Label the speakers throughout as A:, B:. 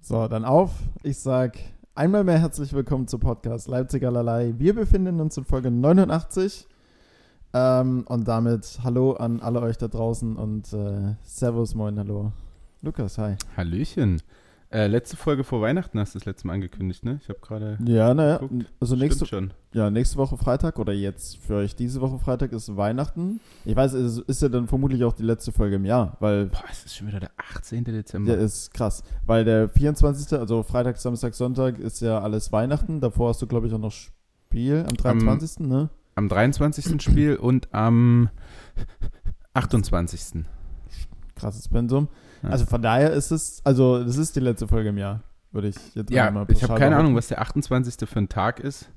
A: So, dann auf. Ich sag einmal mehr herzlich willkommen zu Podcast Leipziger Lalei. Wir befinden uns in Folge 89. Ähm, und damit Hallo an alle euch da draußen und äh, Servus, moin, hallo. Lukas, hi.
B: Hallöchen. Äh, letzte Folge vor Weihnachten hast du das letzte Mal angekündigt, ne? Ich habe gerade.
A: Ja, naja,
B: Guckt, n-
A: also nächste,
B: Stimmt schon.
A: ja, nächste Woche Freitag oder jetzt für euch diese Woche Freitag ist Weihnachten. Ich weiß, es ist ja dann vermutlich auch die letzte Folge im Jahr, weil
B: Boah, es ist schon wieder der 18.
A: Ja, äh,
B: Dezember.
A: ist krass. Weil der 24., also Freitag, Samstag, Sonntag ist ja alles Weihnachten. Davor hast du, glaube ich, auch noch Spiel am 23., ne?
B: Am 23. Spiel und am 28.
A: Krasses Pensum.
B: Ja.
A: Also von daher ist es, also das ist die letzte Folge im Jahr, würde ich jetzt
B: Ja,
A: einmal
B: ich habe
A: pauschal
B: keine
A: behaupten.
B: Ahnung, was der 28. für ein Tag ist.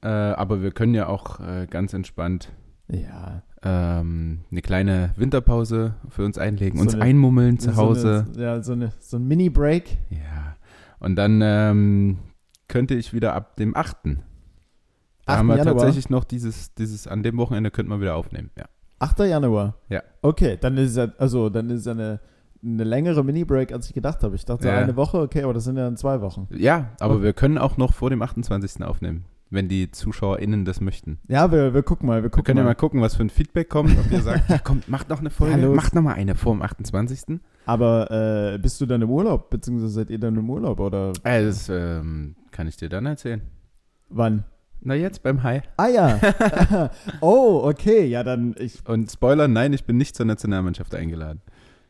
B: Äh, aber wir können ja auch äh, ganz entspannt
A: Ja.
B: ähm, eine kleine Winterpause für uns einlegen,
A: So
B: uns
A: eine-
B: einmummeln zu Hause.
A: So eine, ja, so, eine, so ein Mini-Break.
B: Ja. Und dann ähm, könnte ich wieder ab dem 8. Da
A: 8.
B: haben wir
A: Januar.
B: tatsächlich noch dieses, dieses, an dem Wochenende könnte man wieder aufnehmen, ja.
A: 8. Januar.
B: Ja.
A: Okay, dann ist ja, also dann ist ja eine, eine längere Mini-Break, als ich gedacht habe. Ich dachte
B: Ja.
A: eine Woche, okay, aber das sind ja dann zwei Wochen.
B: Ja, aber
A: Okay.
B: wir können auch noch vor dem 28. aufnehmen, wenn die ZuschauerInnen das möchten.
A: Ja, wir, wir gucken mal, wir
B: Wir
A: gucken
B: können ja
A: mal.
B: mal gucken, was für ein Feedback kommt. Ob ihr sagt, ja, kommt, macht noch eine Folge,
A: Ja, los.
B: macht noch mal eine vor dem 28.
A: Aber äh, bist du dann im Urlaub, beziehungsweise seid ihr dann im Urlaub oder
B: Äh, das ähm, kann ich dir dann erzählen.
A: wann?
B: Na jetzt beim Hi.
A: Ah ja. oh, okay. Ja, dann ich.
B: Und Spoiler, nein, ich bin nicht zur Nationalmannschaft eingeladen.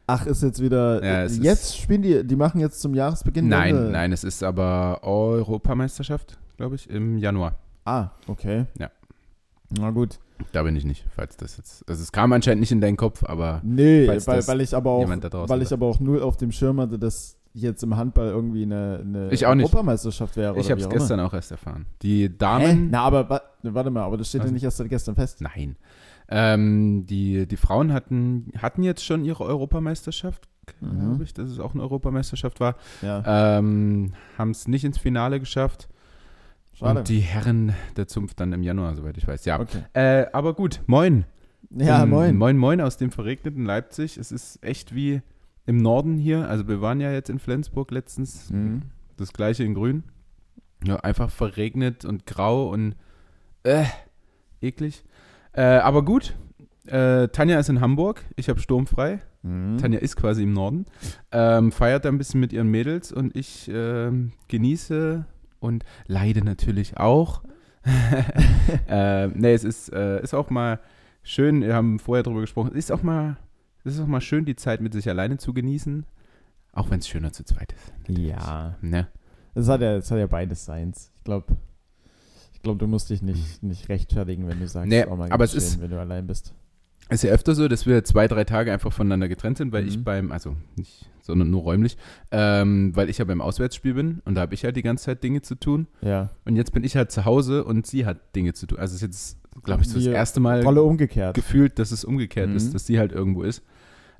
A: Ach, ist jetzt wieder.
B: Ja, es ist-
A: jetzt spielen die. Die machen jetzt zum Jahresbeginn.
B: Nein,
A: Wende.
B: nein, es ist aber Europameisterschaft, glaube ich, im Januar.
A: Ah, okay.
B: Ja.
A: Na gut.
B: Da bin ich nicht, falls das jetzt. Also es kam anscheinend nicht in deinen Kopf, aber
A: Nee,
B: Falls
A: weil,
B: das
A: weil ich aber auch,
B: jemand da draußen
A: weil ich aber auch null auf dem Schirm hatte, dass jetzt im Handball irgendwie eine, eine
B: Ich auch nicht.
A: Europameisterschaft wäre.
B: ich
A: oder
B: habe
A: wie
B: es
A: auch immer.
B: gestern auch erst erfahren. Die
A: Hä?
B: Damen.
A: Na, aber wa- warte mal, aber das steht ja
B: Was?
A: nicht erst seit gestern fest.
B: Nein. Ähm, die, die Frauen hatten, hatten jetzt schon ihre Europameisterschaft,
A: Mhm.
B: glaube ich, dass es auch eine Europameisterschaft war.
A: Ja,
B: Ähm, Haben es nicht ins Finale geschafft.
A: schade.
B: Und die Herren der Zunft dann im Januar, soweit ich weiß. Ja.
A: okay.
B: Äh, aber gut, moin.
A: Ja,
B: Ähm,
A: moin.
B: Moin, moin aus dem verregneten Leipzig. Es ist echt wie im Norden hier. Also wir waren ja jetzt in Flensburg letztens.
A: Mhm.
B: Das gleiche in Grün. Ja, einfach verregnet und grau und äh, eklig. Äh, aber gut. Äh, Tanja ist in Hamburg. Ich habe sturmfrei.
A: Mhm.
B: Tanja ist quasi im Norden. Ähm, feiert da ein bisschen mit ihren Mädels und ich ähm, genieße und leide natürlich auch. ähm, nee, es ist, äh, ist auch mal schön, wir haben vorher drüber gesprochen, ist auch mal, es ist auch mal schön, die Zeit mit sich alleine zu genießen. Auch wenn es schöner zu zweit ist.
A: Ja.
B: Ne?
A: Es hat ja, es hat ja beides seins. Ich glaube, ich glaub, du musst dich nicht, nicht rechtfertigen, wenn du sagst,
B: Nee,
A: oh mein
B: aber
A: Gott,
B: es ist-
A: schön, wenn du allein bist.
B: ist ja öfter so, dass wir zwei, drei Tage einfach voneinander getrennt sind, weil
A: Mhm.
B: ich beim, also nicht, sondern nur räumlich, ähm, weil ich ja beim Auswärtsspiel bin und da habe ich halt die ganze Zeit Dinge zu tun.
A: Ja.
B: Und jetzt bin ich halt zu Hause und sie hat Dinge zu tun. Also es ist jetzt, glaube ich, so das
A: Die
B: erste Mal
A: Rolle umgekehrt.
B: gefühlt, dass es umgekehrt
A: um- Mhm.
B: ist, dass sie halt irgendwo ist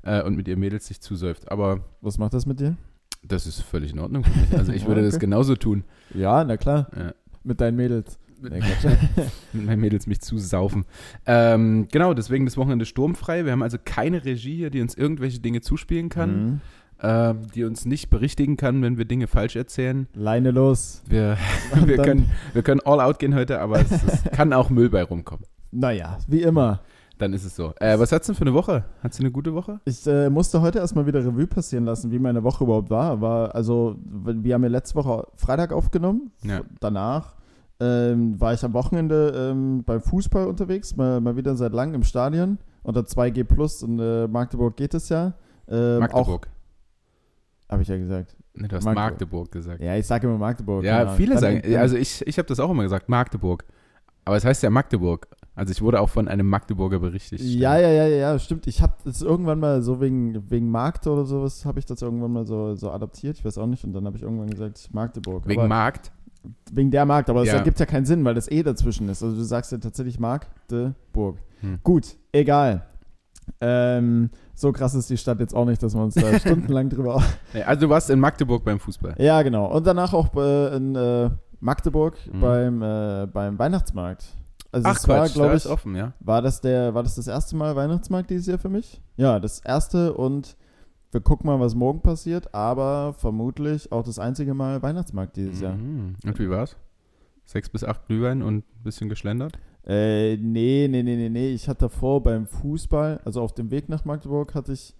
B: äh, und mit ihr Mädels sich zusäuft. Aber
A: Was macht das mit dir?
B: das ist völlig in Ordnung. für mich. Also ich würde das
A: Okay.
B: genauso tun.
A: Ja, na klar.
B: Ja.
A: Mit deinen Mädels.
B: Mit-
A: Nee, Quatsch.
B: mit meinen Mädels mich zusaufen. Ähm, genau, deswegen das Wochenende sturmfrei. Wir haben also keine Regie hier, die uns irgendwelche Dinge zuspielen kann,
A: Mhm.
B: ähm, die uns nicht berichtigen kann, wenn wir Dinge falsch erzählen.
A: Leine los.
B: Wir,
A: Und
B: wir,
A: dann-
B: können, wir können all out gehen heute, aber es, es kann auch Müll bei rumkommen.
A: Naja, wie immer.
B: Dann ist es so. Äh, was hat's denn für eine Woche? Hat sie eine gute Woche?
A: Ich äh, musste heute erstmal wieder Revue passieren lassen, wie meine Woche überhaupt war. war also, wir haben ja letzte Woche Freitag aufgenommen.
B: Ja.
A: Danach ähm, war ich am Wochenende ähm, beim Fußball unterwegs, mal, mal wieder seit langem im Stadion unter 2G Plus in äh, Magdeburg geht es ja. Ähm,
B: Magdeburg.
A: Auch, habe ich ja gesagt.
B: nee, du hast
A: Magdeburg.
B: Magdeburg, gesagt.
A: Ja, ich sage immer Magdeburg.
B: ja,
A: keine Ahnung.
B: viele
A: Dann-
B: sagen,
A: dann-
B: also ich, ich habe das auch immer gesagt, Magdeburg. Aber es heißt ja Magdeburg. Also ich wurde auch von einem Magdeburger berichtigt.
A: Ja, ja, ja, ja, ja, stimmt. Ich habe das irgendwann mal so wegen, wegen Markt oder sowas, habe ich das irgendwann mal so, so adaptiert, ich weiß auch nicht. Und dann habe ich irgendwann gesagt Magdeburg.
B: Wegen
A: aber,
B: Markt.
A: Wegen der Markt, aber es
B: Ja.
A: ergibt ja keinen Sinn, weil das eh dazwischen ist. Also du sagst ja tatsächlich Magdeburg.
B: Hm.
A: Gut, egal. Ähm, so krass ist die Stadt jetzt auch nicht, dass wir uns da stundenlang drüber.
B: Nee, Also du warst in Magdeburg beim Fußball.
A: Ja, genau. Und danach auch äh, in äh, Magdeburg
B: Mhm.
A: beim, äh, beim Weihnachtsmarkt. Also es war,
B: da
A: glaube
B: ist
A: ich,
B: offen, ja.
A: war das der, war das das erste Mal Weihnachtsmarkt dieses Jahr für mich? Ja, das erste und wir gucken mal, was morgen passiert, aber vermutlich auch das einzige Mal Weihnachtsmarkt dieses Jahr.
B: Mhm. Und wie war's? Sechs bis acht Glühwein und ein bisschen geschlendert?
A: Äh, nee, nee, nee, nee, nee. Ich hatte davor beim Fußball, also auf dem Weg nach Magdeburg, hatte ich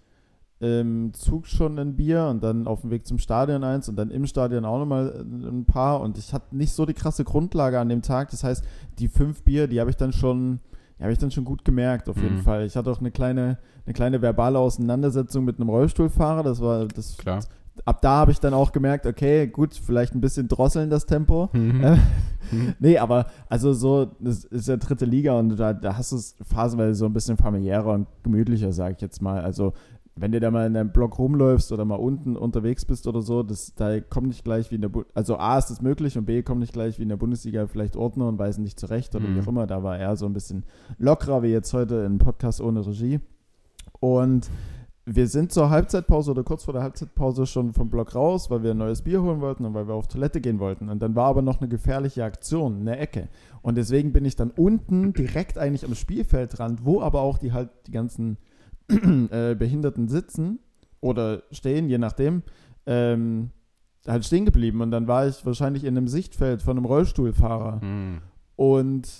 A: im Zug schon ein Bier und dann auf dem Weg zum Stadion eins und dann im Stadion auch nochmal ein paar. Und ich hatte nicht so die krasse Grundlage an dem Tag. Das heißt, die fünf Bier, die habe ich dann schon. die habe ich dann schon gut gemerkt, auf jeden
B: Mhm.
A: Fall. Ich hatte auch eine kleine, eine kleine verbale Auseinandersetzung mit einem Rollstuhlfahrer. Das war, das,
B: Klar.
A: ab da habe ich dann auch gemerkt, okay, gut, vielleicht ein bisschen drosseln das Tempo.
B: Mhm.
A: Äh, nee, aber also so, das ist ja dritte Liga und da, da hast du es phasenweise so ein bisschen familiärer und gemütlicher, sage ich jetzt mal. Also wenn du da mal in deinem Block rumläufst oder mal unten unterwegs bist oder so, das, da kommt nicht gleich wie in der Bu also A ist es möglich und B kommt nicht gleich wie in der Bundesliga vielleicht Ordner und weisen dich zurecht oder wie
B: Mhm.
A: auch immer. Da war er so ein bisschen lockerer wie jetzt heute im Podcast ohne Regie. Und wir sind zur Halbzeitpause oder kurz vor der Halbzeitpause schon vom Block raus, weil wir ein neues Bier holen wollten und weil wir auf Toilette gehen wollten. Und dann war aber noch eine gefährliche Aktion, eine Ecke. Und deswegen bin ich dann unten direkt eigentlich am Spielfeldrand, wo aber auch die halt die ganzen äh, Behinderten sitzen oder stehen, je nachdem, ähm, halt stehen geblieben. Und dann war ich wahrscheinlich in einem Sichtfeld von einem Rollstuhlfahrer.
B: Mhm.
A: Und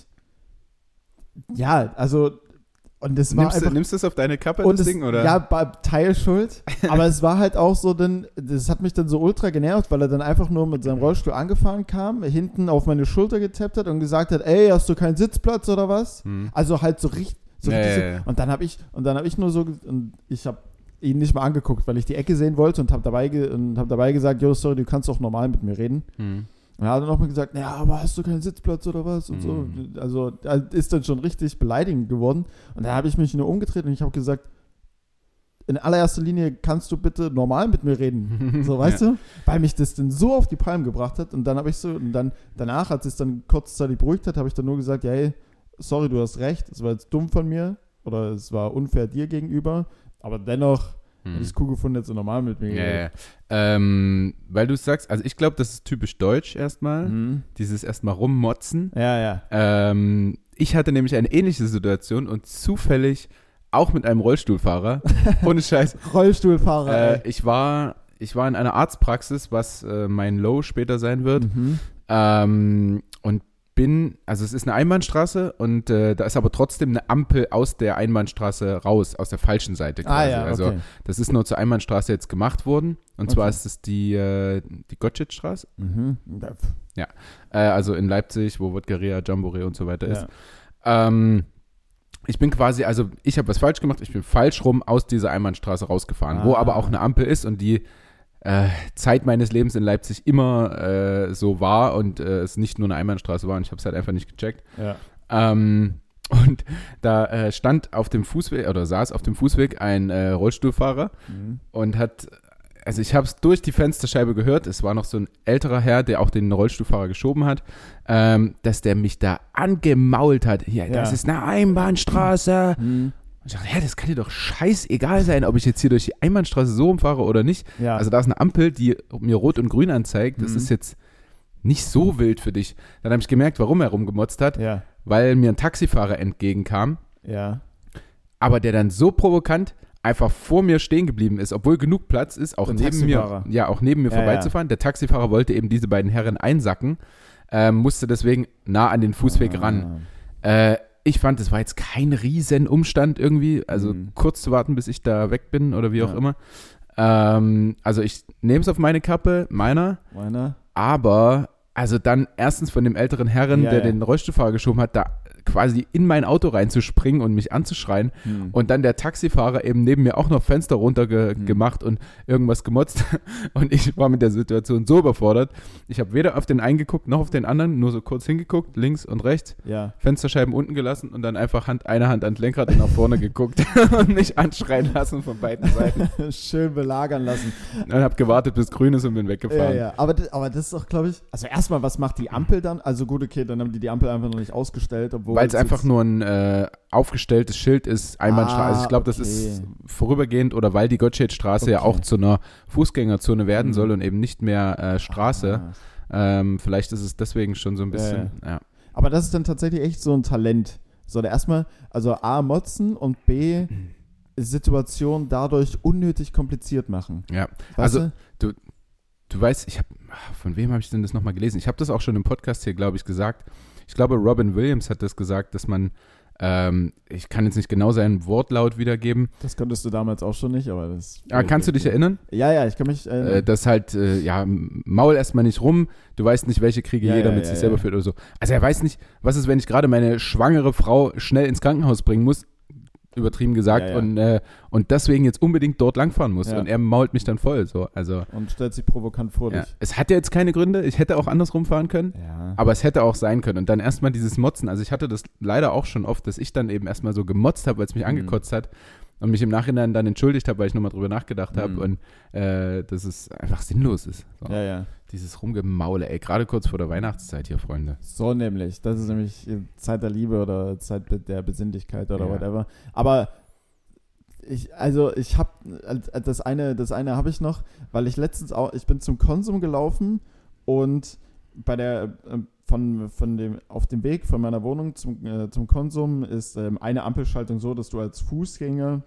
A: ja, also, und das war
B: Nimmst, du,
A: einfach
B: nimmst du das auf deine Kappe,
A: und
B: das
A: es,
B: Ding? Oder?
A: Ja, bei- Teilschuld. Aber es war halt auch so, denn das hat mich dann so ultra genervt, weil er dann einfach nur mit seinem Rollstuhl angefahren kam, hinten auf meine Schulter getappt hat und gesagt hat, ey, hast du keinen Sitzplatz oder was?
B: Mhm.
A: Also halt so richtig. So
B: Ja,
A: richtig so,
B: ja, ja.
A: Und dann habe ich und dann habe ich nur so ge- und ich habe ihn nicht mal angeguckt, weil ich die Ecke sehen wollte und habe dabei ge und hab dabei gesagt, jo, sorry, du kannst doch normal mit mir reden.
B: Mhm.
A: Und er hat dann auch mal gesagt, naja, aber hast du keinen Sitzplatz oder was? Und
B: Mhm.
A: so. Also da ist dann schon richtig beleidigend geworden. Und da habe ich mich nur umgedreht und ich habe gesagt, in allererster Linie kannst du bitte normal mit mir
B: Mhm.
A: reden. So, weißt du? Weil mich das denn so auf die Palme gebracht hat. Und dann habe ich so, und dann danach, als es dann kurzzeitig beruhigt hat, habe ich dann nur gesagt, ja, hey, sorry, du hast recht, es war jetzt dumm von mir oder es war unfair dir gegenüber. Aber dennoch
B: Mhm.
A: hätte ich es cool gefunden, jetzt so normal mit mir
B: Ja, ja. ja. Ähm, weil du sagst, also ich glaube, das ist typisch deutsch erstmal,
A: Mhm.
B: dieses erstmal rummotzen.
A: Ja, ja.
B: Ähm, ich hatte nämlich eine ähnliche Situation und zufällig auch mit einem Rollstuhlfahrer. Ohne Scheiß.
A: Rollstuhlfahrer.
B: äh, ich war ich war in einer Arztpraxis, was äh, mein Low später sein wird.
A: ey. Mhm.
B: Ähm, und bin, also es ist eine Einbahnstraße und äh, da ist aber trotzdem eine Ampel aus der Einbahnstraße raus, aus der falschen Seite
A: Ah
B: quasi.
A: ja,
B: also
A: okay.
B: das ist nur zur Einbahnstraße jetzt gemacht worden. Und zwar
A: Okay.
B: ist es die, äh, die Gottschedstraße,
A: Mhm.
B: äh, also in Leipzig, wo Wodgeria, Jamboree und so weiter ist.
A: Ja.
B: Ähm, ich bin quasi, also ich habe was falsch gemacht, ich bin falsch rum aus dieser Einbahnstraße rausgefahren, wo
A: Ah.
B: aber auch eine Ampel ist und die äh, Zeit meines Lebens in Leipzig immer äh, so war und äh, es nicht nur eine Einbahnstraße war und ich habe es halt einfach nicht gecheckt.
A: Ja.
B: Ähm, und da äh, stand auf dem Fußweg oder saß auf dem Fußweg ein äh, Rollstuhlfahrer
A: Mhm.
B: und hat, also ich habe es durch die Fensterscheibe gehört, es war noch so ein älterer Herr, der auch den Rollstuhlfahrer geschoben hat, ähm, dass der mich da angemault hat. Hier, das
A: Ja.
B: ist eine Einbahnstraße.
A: Mhm.
B: Und ich dachte, ja, das kann dir doch scheißegal sein, ob ich jetzt hier durch die Einbahnstraße so rumfahre oder nicht.
A: Ja.
B: Also da ist eine Ampel, die mir rot und grün anzeigt. Das
A: Mhm.
B: ist jetzt nicht so wild für dich. Dann habe ich gemerkt, warum er rumgemotzt hat,
A: ja,
B: weil mir ein Taxifahrer entgegenkam
A: ja.
B: aber der dann so provokant einfach vor mir stehen geblieben ist, obwohl genug Platz ist, auch
A: Der
B: neben mir,
A: Taxifahrer.
B: ja, auch neben mir
A: Ja,
B: vorbeizufahren. Der Taxifahrer wollte eben diese beiden Herren einsacken, ähm, musste deswegen nah an den Fußweg
A: Ah,
B: ran. Äh, ich fand, es war jetzt kein riesen Umstand irgendwie, also
A: Mhm.
B: kurz zu warten, bis ich da weg bin oder wie auch
A: Ja.
B: immer. Ähm, also ich nehme es auf meine Kappe, meiner,
A: Meiner?
B: aber also dann erstens von dem älteren Herren,
A: Ja,
B: der
A: ja.
B: den Rollstuhlfahrer geschoben hat, da quasi in mein Auto reinzuspringen und mich anzuschreien,
A: Mhm.
B: und dann der Taxifahrer eben neben mir auch noch Fenster runter ge
A: Hm.
B: gemacht und irgendwas gemotzt. Und ich war mit der Situation so überfordert. Ich habe weder auf den einen geguckt noch auf den anderen, nur so kurz hingeguckt, links und rechts,
A: ja.
B: Fensterscheiben unten gelassen und dann einfach Hand, eine Hand ans Lenkrad und nach vorne geguckt und mich anschreien lassen von beiden Seiten.
A: Schön belagern lassen.
B: Und habe gewartet, bis grün ist und bin
A: Ja,
B: weggefahren.
A: ja. Aber, das- aber das ist doch, glaube ich. Also, erstmal, was macht die Ampel dann? Also, gut, okay, dann haben die die Ampel einfach noch nicht ausgestellt, obwohl.
B: Weil es
A: jetzt-
B: einfach nur ein äh, aufgestelltes Schild ist, Einbahnstraße.
A: Ah,
B: also ich glaube, das
A: okay.
B: ist vorübergehend oder weil die Gottschedstraße ja
A: Okay.
B: auch zu einer Fußgängerzone werden
A: Mhm.
B: soll und eben nicht mehr äh, Straße.
A: Ah.
B: Ähm, vielleicht ist es deswegen schon so ein bisschen. Ja.
A: Aber das ist dann tatsächlich echt so ein Talent. So, der erstmal, also A, motzen und B, Situation dadurch unnötig kompliziert machen.
B: Ja,
A: Weißt
B: also-
A: du?
B: Du weißt, ich habe, von wem habe ich denn das nochmal gelesen? Ich habe das auch schon im Podcast hier, glaube ich, gesagt. Ich glaube, Robin Williams hat das gesagt, dass man, ähm, ich kann jetzt nicht genau seinen Wortlaut wiedergeben.
A: das konntest du damals auch schon nicht, aber das.
B: Ah, kannst du dich erinnern?
A: Ja, ja, ich kann mich.
B: Äh,
A: erinnern.
B: dass halt, äh, ja, Maul erstmal nicht rum, du weißt nicht, welche Kriege
A: Ja,
B: jeder
A: ja,
B: mit
A: ja,
B: sich
A: ja.
B: selber führt oder so. Also er weiß nicht, was ist, wenn ich gerade meine schwangere Frau schnell ins Krankenhaus bringen muss, übertrieben gesagt,
A: Ja, ja.
B: Und, äh, und deswegen jetzt unbedingt dort langfahren muss.
A: Ja.
B: Und er mault mich dann voll. So. Also,
A: und stellt sich provokant vor
B: ja.
A: dich.
B: Es hatte jetzt keine Gründe, ich hätte auch andersrum fahren können.
A: Ja.
B: Aber es hätte auch sein können. Und dann erstmal dieses Motzen. Also ich hatte das leider auch schon oft, dass ich dann eben erstmal so gemotzt habe, weil es mich
A: Mhm.
B: angekotzt hat und mich im Nachhinein dann entschuldigt habe, weil ich nochmal drüber nachgedacht habe
A: Mhm.
B: und äh, dass es einfach sinnlos ist. So.
A: ja, ja.
B: Dieses Rumgemaule, ey, gerade kurz vor der Weihnachtszeit hier, Freunde.
A: So nämlich. Das ist nämlich Zeit der Liebe oder Zeit der Besinnlichkeit oder
B: Ja.
A: whatever. Aber ich, also ich habe das eine, das eine habe ich noch, weil ich letztens auch, ich bin zum Konsum gelaufen und bei der äh, von, von dem auf dem Weg von meiner Wohnung zum, äh, zum Konsum ist ähm, eine Ampelschaltung so, dass du als Fußgänger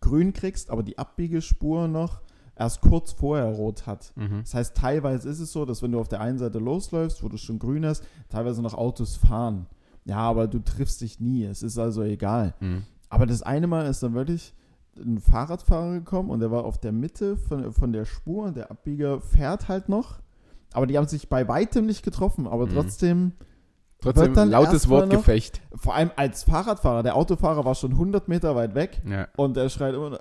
A: grün kriegst, aber die Abbiegespur noch erst kurz vorher rot hat. Das heißt, teilweise ist es so, dass wenn du auf der einen Seite losläufst, wo du schon grün hast, teilweise noch Autos fahren. Ja, aber du triffst dich nie. Es ist also egal.
B: Mhm.
A: Aber das eine Mal ist dann wirklich ein Fahrradfahrer gekommen und der war auf der Mitte von, von der Spur und der Abbieger fährt halt noch. Aber die haben sich bei weitem nicht getroffen. Aber
B: Mhm.
A: trotzdem,
B: Trotzdem
A: Wird dann
B: lautes
A: erstmal noch-
B: Wortgefecht.
A: vor allem als Fahrradfahrer, der Autofahrer war schon 100 Meter weit weg
B: Ja.
A: und der schreit immer nur,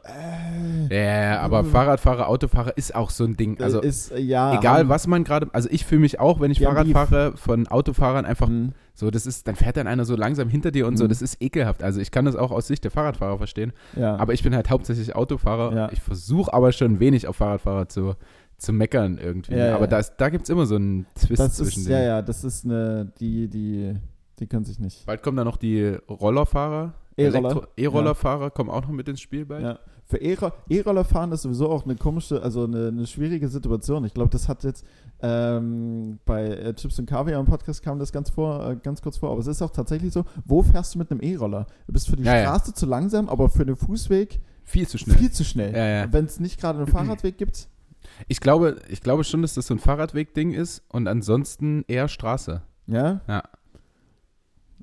A: äh,
B: ja, aber Fahrradfahrer, Autofahrer ist auch so ein Ding. Also
A: ist, ja.
B: egal,
A: Ah, haben-
B: was man gerade, also ich fühle mich auch, wenn ich
A: Ja,
B: Fahrrad
A: Beef.
B: fahre, von Autofahrern einfach
A: Mhm.
B: So, das ist, dann fährt dann einer so langsam hinter dir und so,
A: Mhm.
B: das ist ekelhaft. Also ich kann das auch aus Sicht der Fahrradfahrer verstehen.
A: Ja.
B: Aber ich bin halt hauptsächlich Autofahrer.
A: Ah. Ja.
B: Ich versuche aber schon wenig auf Fahrradfahrer zu, zu meckern irgendwie.
A: Ja, ja,
B: aber
A: ja.
B: da, ist- da gibt es immer so einen Twist
A: das
B: zwischen
A: ist,
B: denen.
A: ja, ja, das ist eine, die, die, die können sich nicht.
B: Bald kommen dann noch die Rollerfahrer.
A: E-Roller.
B: Elektro- E-Rollerfahrer kommen auch noch mit ins Spiel bald.
A: Ja. Für E-Ro- E-Roller fahren ist sowieso auch eine komische, also eine, eine schwierige Situation. Ich glaube, das hat jetzt ähm, bei äh, Chips und Kaviar im Podcast kam das ganz vor, äh, ganz kurz vor. Aber es ist auch tatsächlich so, wo fährst du mit einem E-Roller? Du bist für die
B: Ja, ja.
A: Straße zu langsam, aber für den Fußweg
B: Viel zu schnell.
A: viel zu schnell.
B: Ja, ja.
A: Wenn es nicht gerade einen Fahrradweg gibt,
B: Ich glaube, ich glaube schon, dass das so ein Fahrradweg-Ding ist und ansonsten eher Straße.
A: ja.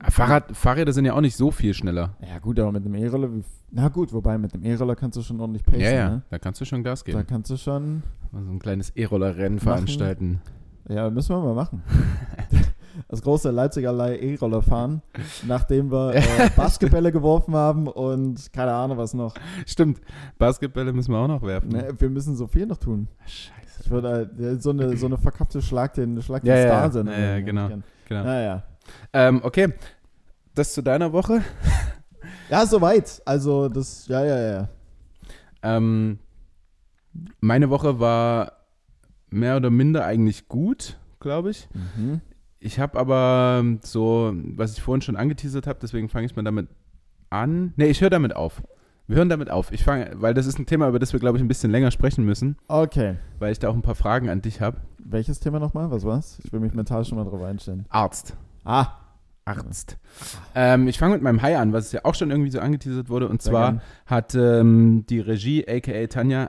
B: Ah, Fahrrad, Fahrräder sind ja auch nicht so viel schneller.
A: Ja gut, aber mit einem E-Roller, wie- na gut, wobei mit einem E-Roller kannst du schon ordentlich pacen,
B: ja, ja,
A: ne?
B: da kannst du schon Gas
A: Da
B: geben.
A: kannst du schon
B: So ein kleines E-Roller-Rennen
A: Machen.
B: veranstalten.
A: Ja, müssen wir mal machen. Als große Leipziger Leih E-Roller fahren, nachdem wir äh, Basketbälle geworfen haben und keine Ahnung was noch.
B: Stimmt, Basketbälle müssen wir auch noch werfen. Ah,
A: Ne, wir müssen so viel noch tun.
B: Scheiße.
A: Ich würde äh, so eine so eine verkappte Schlag den Schlag den
B: Ja, ja,
A: Star sind.
B: ja, ja, genau, Genau.
A: Naja.
B: Ähm, okay, das zu deiner Woche.
A: Ja, soweit. Also das, ja, ja, ja.
B: Ähm, meine Woche war mehr oder minder eigentlich gut, glaube ich.
A: Mhm.
B: Ich habe aber ähm, so, was ich vorhin schon angeteasert habe, deswegen fange ich mal damit an. Ne, ich höre damit auf. Wir hören damit auf. Ich fange, weil das ist ein Thema, über das wir, glaube ich, ein bisschen länger sprechen müssen,
A: Okay.
B: weil ich da auch ein paar Fragen an dich habe.
A: Welches Thema nochmal? Was war's? Ich will mich mental schon mal drauf einstellen.
B: Arzt.
A: Ah,
B: Arzt. Ähm, ich fange mit meinem Hai an, was ja auch schon irgendwie so angeteasert wurde. Und
A: sehr
B: zwar
A: gern.
B: hat ähm, die Regie, a.k.a. Tanja,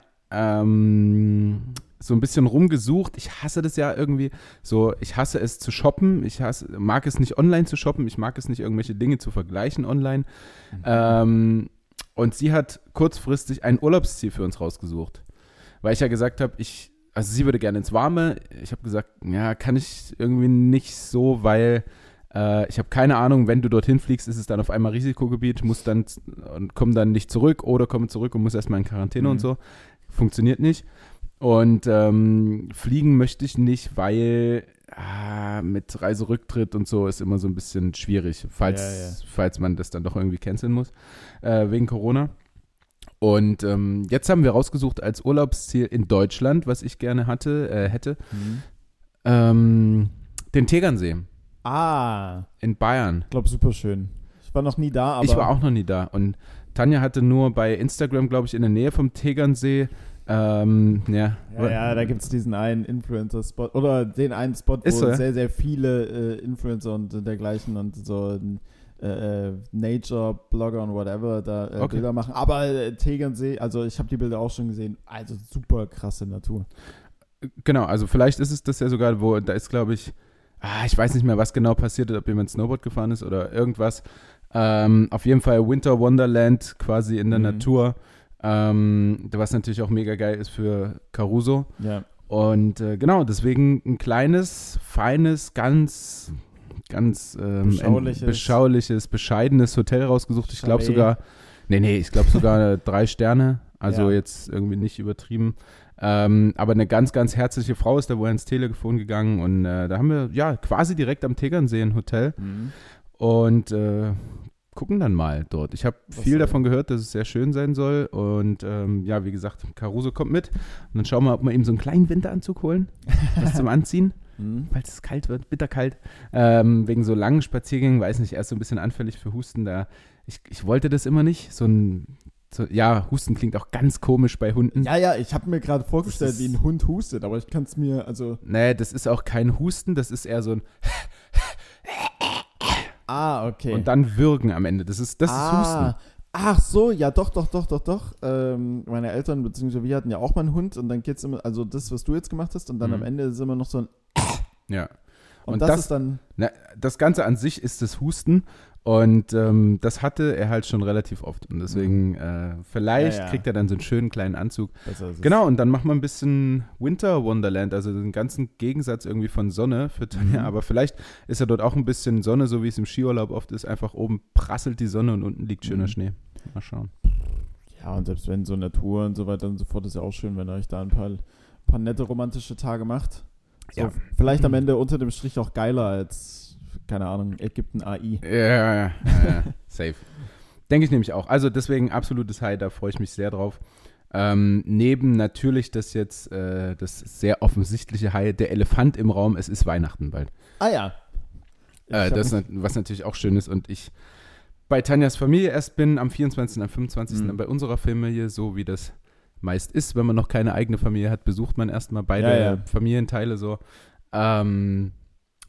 B: ähm, so ein bisschen rumgesucht. Ich hasse das ja irgendwie. So, ich hasse es zu shoppen. Ich hasse, mag es nicht online zu shoppen. Ich mag es nicht, irgendwelche Dinge zu vergleichen online.
A: Mhm.
B: Ähm, und sie hat kurzfristig ein Urlaubsziel für uns rausgesucht. Weil ich ja gesagt habe, ich, also sie würde gerne ins Warme. Ich habe gesagt, ja, kann ich irgendwie nicht so, weil äh, ich habe keine Ahnung, wenn du dorthin fliegst, ist es dann auf einmal Risikogebiet, muss dann z- und komm dann nicht zurück oder komme zurück und muss erstmal in Quarantäne
A: Mhm.
B: und so. Funktioniert nicht. Und ähm, fliegen möchte ich nicht, weil ah, mit Reiserücktritt und so ist immer so ein bisschen schwierig, falls,
A: Ja, ja.
B: falls man das dann doch irgendwie canceln muss, äh, wegen Corona. Und ähm, jetzt haben wir rausgesucht als Urlaubsziel in Deutschland, was ich gerne hatte, äh, hätte,
A: Mhm.
B: ähm, den Tegernsee
A: Ah,
B: in Bayern.
A: ich glaube super schön. Ich war noch nie da, aber
B: ich war auch noch nie da. Und Tanja hatte nur bei Instagram, glaube ich, in der Nähe vom Tegernsee. Ähm, ja.
A: Ja, ja, da gibt es diesen einen Influencer-Spot oder den einen Spot, wo
B: Ist so, ja?
A: sehr, sehr viele äh, Influencer und dergleichen und so äh, äh, Nature-Bloggern, whatever, da äh,
B: Okay.
A: Bilder machen. Aber äh, Tegernsee, also ich habe die Bilder auch schon gesehen, also super krasse Natur.
B: Genau, also vielleicht ist es das ja sogar, wo da ist, glaube ich, ah, ich weiß nicht mehr, was genau passiert ist, ob jemand Snowboard gefahren ist oder irgendwas. Ähm, auf jeden Fall Winter Wonderland quasi in der
A: Mhm.
B: Natur, ähm, was natürlich auch mega geil ist für Caruso.
A: Ja.
B: Und äh, genau, deswegen ein kleines, feines, ganz, ganz ähm,
A: Beschauliches.
B: ein beschauliches, bescheidenes Hotel rausgesucht. Ich glaube
A: Chalet.
B: sogar, nee, nee, ich glaube sogar äh, drei Sterne. Also
A: Ja.
B: jetzt irgendwie nicht übertrieben. Ähm, aber eine ganz, ganz herzliche Frau ist da wohl ins Telefon gegangen und äh, da haben wir ja quasi direkt am Tegernsee ein Hotel und äh, gucken dann mal dort. Ich habe
A: Was
B: viel
A: soll-
B: davon gehört, dass es sehr schön sein soll und ähm, ja, wie gesagt, Caruso kommt mit und dann schauen wir, ob wir ihm so einen kleinen Winteranzug holen, was zum Anziehen,
A: Mhm.
B: falls es kalt wird, bitterkalt. Ähm, wegen so langen Spaziergängen, weiß nicht, er ist so ein bisschen anfällig für Husten da. Ich, ich wollte das immer nicht, so ein, so, ja, Husten klingt auch ganz komisch bei Hunden.
A: Ja, ja, ich habe mir gerade vorgestellt,
B: ist-
A: wie ein Hund hustet, aber ich kann es mir, also.
B: Nee, das ist auch kein Husten, das ist eher so ein
A: Ah, okay.
B: und dann Würgen am Ende. Das ist das ist Husten.
A: ah, Ach so, ja, doch, doch, doch, doch, doch. Ähm, meine Eltern, beziehungsweise wir hatten ja auch mal einen Hund und dann geht's immer, also das, was du jetzt gemacht hast, und dann
B: Mhm.
A: am Ende ist immer noch so ein.
B: Ja.
A: Und,
B: Und
A: das,
B: das-
A: ist dann.
B: Na, das Ganze an sich ist das Husten und ähm, das hatte er halt schon relativ oft und deswegen äh, vielleicht
A: Mhm. Ja, ja.
B: kriegt er dann so einen schönen kleinen Anzug.
A: Besser ist also es.
B: Genau, und dann macht man ein bisschen Winter Wonderland, also den ganzen Gegensatz irgendwie von Sonne für Tanja,
A: Mhm.
B: aber vielleicht ist ja dort auch ein bisschen Sonne, so wie es im Skiurlaub oft ist, einfach oben prasselt die Sonne und unten liegt schöner
A: Mhm.
B: Schnee. Mal schauen.
A: Ja, und selbst wenn so Natur und so weiter und so fort, ist ja auch schön, wenn ihr euch da ein paar, paar nette romantische Tage macht. So,
B: Ja. Mhm.
A: Vielleicht am Ende unter dem Strich auch geiler als, keine Ahnung, Ägypten AI.
B: Ja, ja, ja, ja, ja. safe. Denke ich nämlich auch. Also deswegen absolutes High, da freue ich mich sehr drauf. Ähm, neben natürlich das jetzt, äh, das sehr offensichtliche High, der Elefant im Raum, es ist Weihnachten bald.
A: Ah ja. Ich
B: Äh,
A: hab
B: das,
A: mich-
B: nat- was natürlich auch schön ist und ich bei Tanjas Familie erst bin, am 24., am 25.
A: Mhm.
B: dann bei unserer Familie, so wie das meist ist, wenn man noch keine eigene Familie hat, besucht man erstmal beide
A: Ja, ja.
B: Familienteile so. Ähm,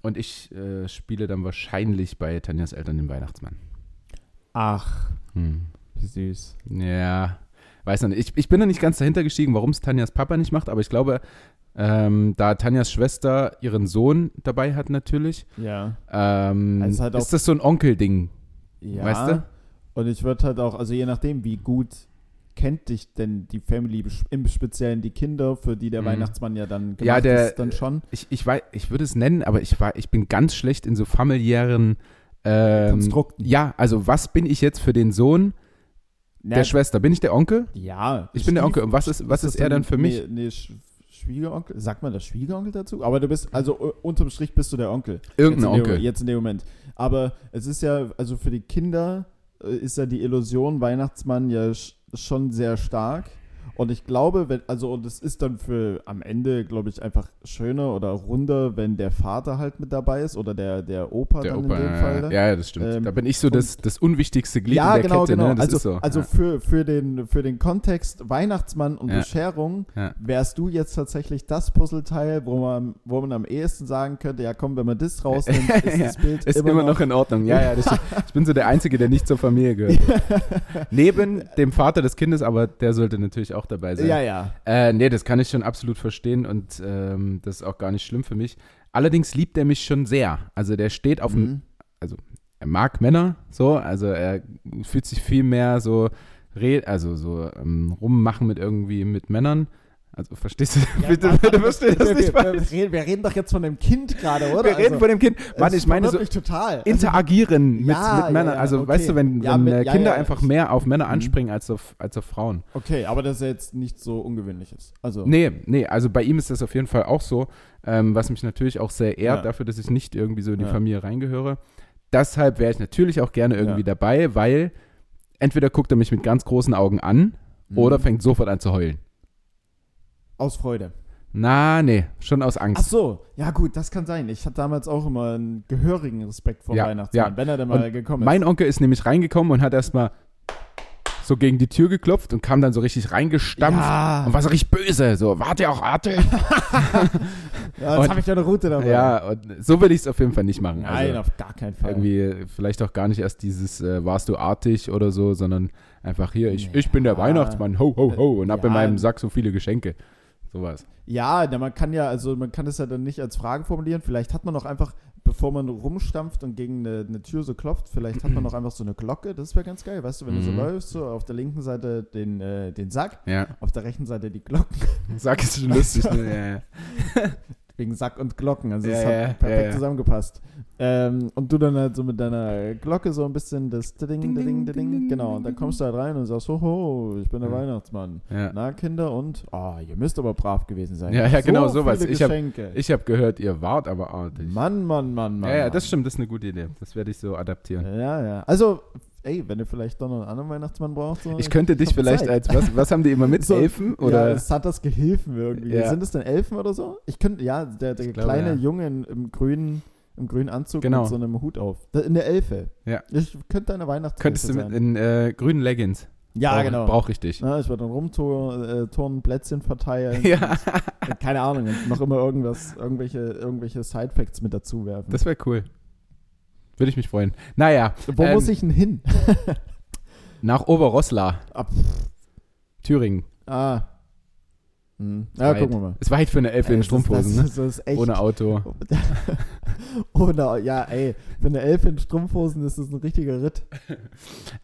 B: und ich äh, spiele dann wahrscheinlich bei Tanjas Eltern den Weihnachtsmann.
A: Ach,
B: Hm.
A: wie süß.
B: Ja, weiß noch nicht. Ich, ich bin noch nicht ganz dahinter gestiegen, warum es Tanjas Papa nicht macht, aber ich glaube, ähm, da Tanjas Schwester ihren Sohn dabei hat natürlich,
A: Ja.
B: ähm,
A: Also halt auch-
B: ist das so ein Onkel-Ding,
A: ja.
B: weißt du?
A: Und ich würde halt auch, also je nachdem, wie gut kennt dich denn die Family, besch- im Speziellen die Kinder, für die der
B: Mhm.
A: Weihnachtsmann ja dann gemacht
B: Ja, der-
A: ist, dann schon.
B: Ich, ich, wei- ich würde es nennen, aber ich, war, ich bin ganz schlecht in so familiären ähm,
A: Konstrukten.
B: Ja, also was bin ich jetzt für den Sohn
A: Na,
B: der Schwester? Bin ich der Onkel?
A: ja.
B: Ich bin der
A: Stief-
B: Onkel. Und was ist, was ist,
A: das
B: er dann für mich?
A: Nee, nee, Sch Schwiegeronkel? Sagt man das Schwiegeronkel dazu? Aber du bist, also u- unterm Strich bist du der Onkel. jetzt
B: Irgendein
A: in Dem,
B: Onkel.
A: jetzt in dem Moment. Aber es ist ja, also für die Kinder äh, ist ja die Illusion Weihnachtsmann ja sch schon sehr stark. Und ich glaube, wenn, also, und es ist dann für am Ende, glaube ich, einfach schöner oder runder, wenn der Vater halt mit dabei ist oder der, der Opa
B: der
A: dann
B: Opa,
A: in dem
B: ja,
A: Fall.
B: ja,
A: da.
B: ja, das stimmt.
A: Ähm,
B: da bin ich so das, das unwichtigste Glied
A: ja,
B: in der
A: genau,
B: Kette,
A: genau.
B: ne? Das
A: also
B: ist so.
A: also
B: ja.
A: für, für, den, für den Kontext Weihnachtsmann und
B: Ja.
A: Bescherung
B: Ja.
A: wärst du jetzt tatsächlich das Puzzleteil, wo man, wo man am ehesten sagen könnte, ja komm, wenn man das rausnimmt, ist das Bild
B: Ist immer, noch, in Ordnung. Ja, ja, das stimmt. ich bin so der Einzige, der nicht zur Familie gehört. Neben dem Vater des Kindes, aber der sollte natürlich auch dabei sein.
A: Ja, ja.
B: Äh, nee, das kann ich schon absolut verstehen und ähm, das ist auch gar nicht schlimm für mich. Allerdings liebt er mich schon sehr. Also der steht auf dem,
A: Mhm.
B: er mag Männer so, also er fühlt sich viel mehr so, re- also so ähm, rummachen mit irgendwie mit Männern. Also verstehst du, bitte, bitte versteh das
A: wir,
B: nicht
A: wir,
B: falsch.
A: wir, reden, wir reden doch jetzt von dem Kind gerade, oder? Also,
B: Wir reden von dem Kind. Mann, ich meine so,
A: Mich total.
B: interagieren mit,
A: Ja,
B: mit Männern.
A: ja, ja,
B: also
A: okay.
B: weißt du, wenn,
A: Ja,
B: wenn
A: mit-
B: äh,
A: ja,
B: Kinder
A: ja,
B: einfach
A: ich- Mhm.
B: mehr auf Männer anspringen als auf, als auf Frauen.
A: okay, aber das ist ja jetzt nicht so ungewöhnliches. Also,
B: Nee, nee, also bei ihm ist das auf jeden Fall auch so, ähm, was mich natürlich auch sehr ehrt
A: Ja.
B: dafür, dass ich nicht irgendwie so in die
A: Ja.
B: Familie reingehöre. Deshalb wäre ich natürlich auch gerne irgendwie
A: Ja.
B: dabei, weil entweder guckt er mich mit ganz großen Augen an
A: Mhm.
B: oder fängt sofort an zu heulen.
A: aus Freude.
B: Na, nee, schon aus
A: Ach
B: Angst.
A: so, ja gut, das kann sein. Ich hatte damals auch immer einen gehörigen Respekt vor
B: Ja,
A: Weihnachtsmann,
B: ja.
A: wenn er denn mal
B: Und
A: gekommen ist.
B: Mein Onkel ist nämlich reingekommen und hat erstmal so gegen die Tür geklopft und kam dann so richtig reingestampft.
A: Ja.
B: Und war so richtig böse, so, warte auch, warte.
A: Ja, jetzt
B: Und-
A: habe ich ja eine Route dabei.
B: Ja, und so will ich es auf jeden Fall nicht machen.
A: Nein,
B: also,
A: auf gar keinen Fall.
B: irgendwie äh, vielleicht auch gar nicht erst dieses äh, warst du artig oder so, sondern einfach hier, ich,
A: Nee,
B: ich bin der
A: ja.
B: Weihnachtsmann, ho, ho, ho, und hab
A: Ja.
B: in meinem Sack so viele Geschenke. Sowas.
A: Ja, na, man kann ja, also man kann es ja dann nicht als Frage formulieren. Vielleicht hat man auch einfach, bevor man rumstampft und gegen eine, eine Tür so klopft, vielleicht hat man auch einfach so eine Glocke. Das wäre ganz geil, weißt du, wenn du so
B: Mhm.
A: läufst, so auf der linken Seite den, äh, den Sack,
B: Ja.
A: auf der rechten Seite die Glocken.
B: Sack ist schon lustig, ne?
A: Wegen Sack und Glocken. Also
B: Ja,
A: es
B: ja,
A: hat perfekt
B: ja, ja.
A: zusammengepasst. Ähm, und du dann halt so mit deiner Glocke so ein bisschen das Ding, Ding, Ding, Ding, Ding. Genau, und dann kommst du halt rein und sagst, hoho, ich bin der
B: Ja.
A: Weihnachtsmann.
B: Ja.
A: Na, Kinder, und ah, ihr müsst aber brav gewesen sein.
B: Ja, ja, genau, sowas.
A: Viele
B: Ich hab-
A: Geschenke.
B: Ich habe gehört, ihr wart aber artig.
A: Mann, Mann, Mann, Mann.
B: ja, ja,
A: Mann.
B: das stimmt, das ist eine gute Idee. Das werde ich so adaptieren.
A: Ja, ja. Also, ey, wenn ihr vielleicht doch noch einen anderen Weihnachtsmann braucht. So
B: Ich könnte dich
A: hab
B: vielleicht
A: Zeit.
B: als, was, was haben die immer mit?
A: So,
B: Elfen? Oder?
A: Ja, es hat das Gehilfen irgendwie.
B: Ja.
A: Sind es denn Elfen oder so? Ich könnte, ja, der, der
B: Ich glaube,
A: kleine
B: ja.
A: Junge in- im grünen, im grünen Anzug
B: Genau.
A: mit so einem Hut auf. Da- In der Elfe.
B: Ja.
A: Ich könnte eine Weihnachtsmann
B: Könntest du mit
A: sein.
B: in äh, grünen Leggings?
A: Ja,
B: Brauch-
A: genau.
B: Brauche ich dich.
A: Na, ich würde dann rumturnen, äh, turnen, Plätzchen verteilen.
B: Ja,
A: Und, keine Ahnung, und noch immer irgendwas, irgendwelche, irgendwelche Sidefacts mit dazu werfen.
B: das wäre cool. Würde ich mich freuen. Naja,
A: Wo
B: ähm,
A: muss ich denn hin?
B: nach Oberrossla,
A: ah, pff,
B: Thüringen.
A: ah. Hm. Ja,
B: Weit.
A: gucken wir mal.
B: Ist weit halt für eine Elfe
A: Ey, Äh, das
B: in
A: ist- das
B: Strumpfhosen, ne?
A: ist, das ist echt
B: Ohne Auto.
A: Oder, ja, ey, für eine Elf in Strumpfhosen ist das ein richtiger Ritt.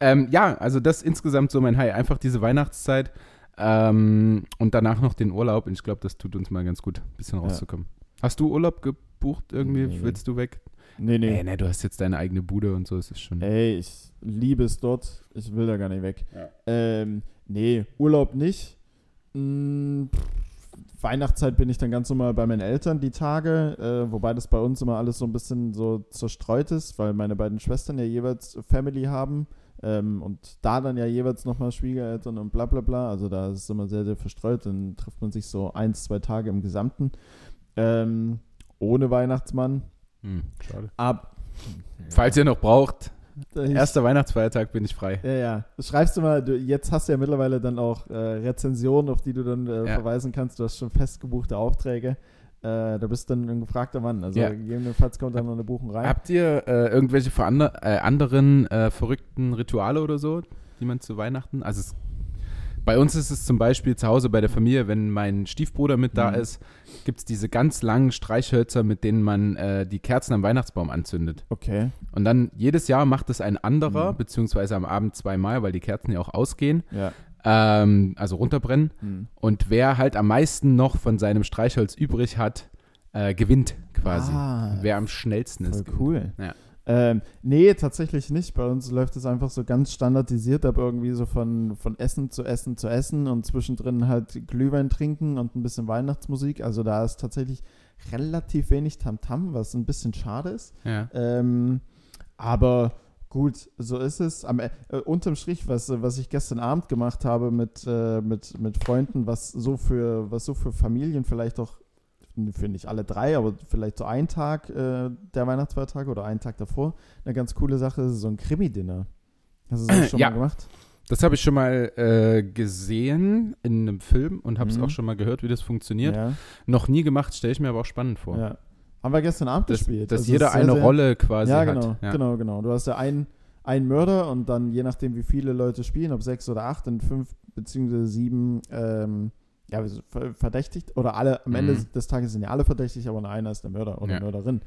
B: Ähm, ja, also das ist insgesamt so mein High. Einfach diese Weihnachtszeit ähm, und danach noch den Urlaub. Und ich glaube, das tut uns mal ganz gut, ein bisschen
A: Ja.
B: rauszukommen. Hast du Urlaub gebucht irgendwie?
A: Nee.
B: Willst du weg?
A: Nee,
B: Nee.
A: nee. Äh.
B: nee, du hast jetzt deine eigene Bude und so. Es ist schon.
A: Ey, ich liebe es dort. Ich will da gar nicht weg.
B: Ja.
A: Ähm, nee, Urlaub nicht. Hm, pff, Weihnachtszeit bin ich dann ganz normal bei meinen Eltern die Tage, äh, wobei das bei uns immer alles so ein bisschen so zerstreut ist, weil meine beiden Schwestern ja jeweils Family haben ähm, und da dann ja jeweils nochmal Schwiegereltern und bla bla bla. Also da ist es immer sehr, sehr verstreut. Dann trifft man sich so eins, zwei Tage im Gesamten. Ähm, ohne Weihnachtsmann.
B: Hm, schade.
A: Ab.
B: Falls ihr noch braucht,
A: Ich-
B: erster Weihnachtsfeiertag bin ich frei.
A: Ja, ja. Schreibst du mal, du, jetzt hast du ja mittlerweile dann auch äh, Rezensionen, auf die du dann äh,
B: Ja.
A: verweisen kannst. Du hast schon festgebuchte Aufträge. Äh, da bist du dann ein gefragter Mann. Also
B: Ja.
A: gegebenenfalls kommt dann noch eine Buchung rein.
B: Habt ihr äh, irgendwelche verander- äh, anderen äh, verrückten Rituale oder so, die man zu Weihnachten? Also es, bei uns ist es zum Beispiel zu Hause bei der Familie, wenn mein Stiefbruder mit da
A: Mhm.
B: ist, gibt es diese ganz langen Streichhölzer, mit denen man äh, die Kerzen am Weihnachtsbaum anzündet.
A: Okay.
B: Und dann jedes Jahr macht es ein anderer,
A: Mhm.
B: beziehungsweise am Abend zweimal, weil die Kerzen ja auch ausgehen,
A: Ja.
B: ähm, also runterbrennen.
A: Hm.
B: Und wer halt am meisten noch von seinem Streichholz übrig hat, äh, gewinnt quasi.
A: Ah,
B: wer am schnellsten
A: voll
B: ist. gewinnt.
A: cool.
B: Ja.
A: Ähm, nee, tatsächlich nicht. Bei uns läuft es einfach so ganz standardisiert ab, irgendwie so von, von Essen zu Essen zu Essen und zwischendrin halt Glühwein trinken und ein bisschen Weihnachtsmusik. Also da ist tatsächlich relativ wenig Tamtam, was ein bisschen schade ist.
B: Ja.
A: Ähm, aber gut, so ist es. Am, äh, unterm Strich, was, äh, was ich gestern Abend gemacht habe mit, äh, mit, mit Freunden, was so für, was so für Familien vielleicht auch für nicht alle drei, aber vielleicht so ein Tag äh, der Weihnachtsfeiertage oder einen Tag davor, eine ganz coole Sache ist so ein Krimi-Dinner. Hast du das schon
B: Ja.
A: mal gemacht?
B: Das habe ich schon mal äh, gesehen in einem Film und habe es
A: Mhm.
B: auch schon mal gehört, wie das funktioniert.
A: Ja,
B: Noch nie gemacht, stelle ich mir aber auch spannend vor.
A: ja. Haben wir gestern Abend
B: Dass,
A: gespielt.
B: dass
A: Also es
B: jeder
A: ist sehr,
B: eine
A: sehr-
B: Rolle quasi
A: ja,
B: hat.
A: genau, genau, genau. Du hast ja einen, einen Mörder und dann je nachdem, wie viele Leute spielen, ob sechs oder acht, dann fünf beziehungsweise sieben ähm, ja, also ver- verdächtigt oder alle, am
B: Mhm.
A: Ende des Tages sind ja alle verdächtig, aber nur einer ist der Mörder oder
B: Ja.
A: Mörderin.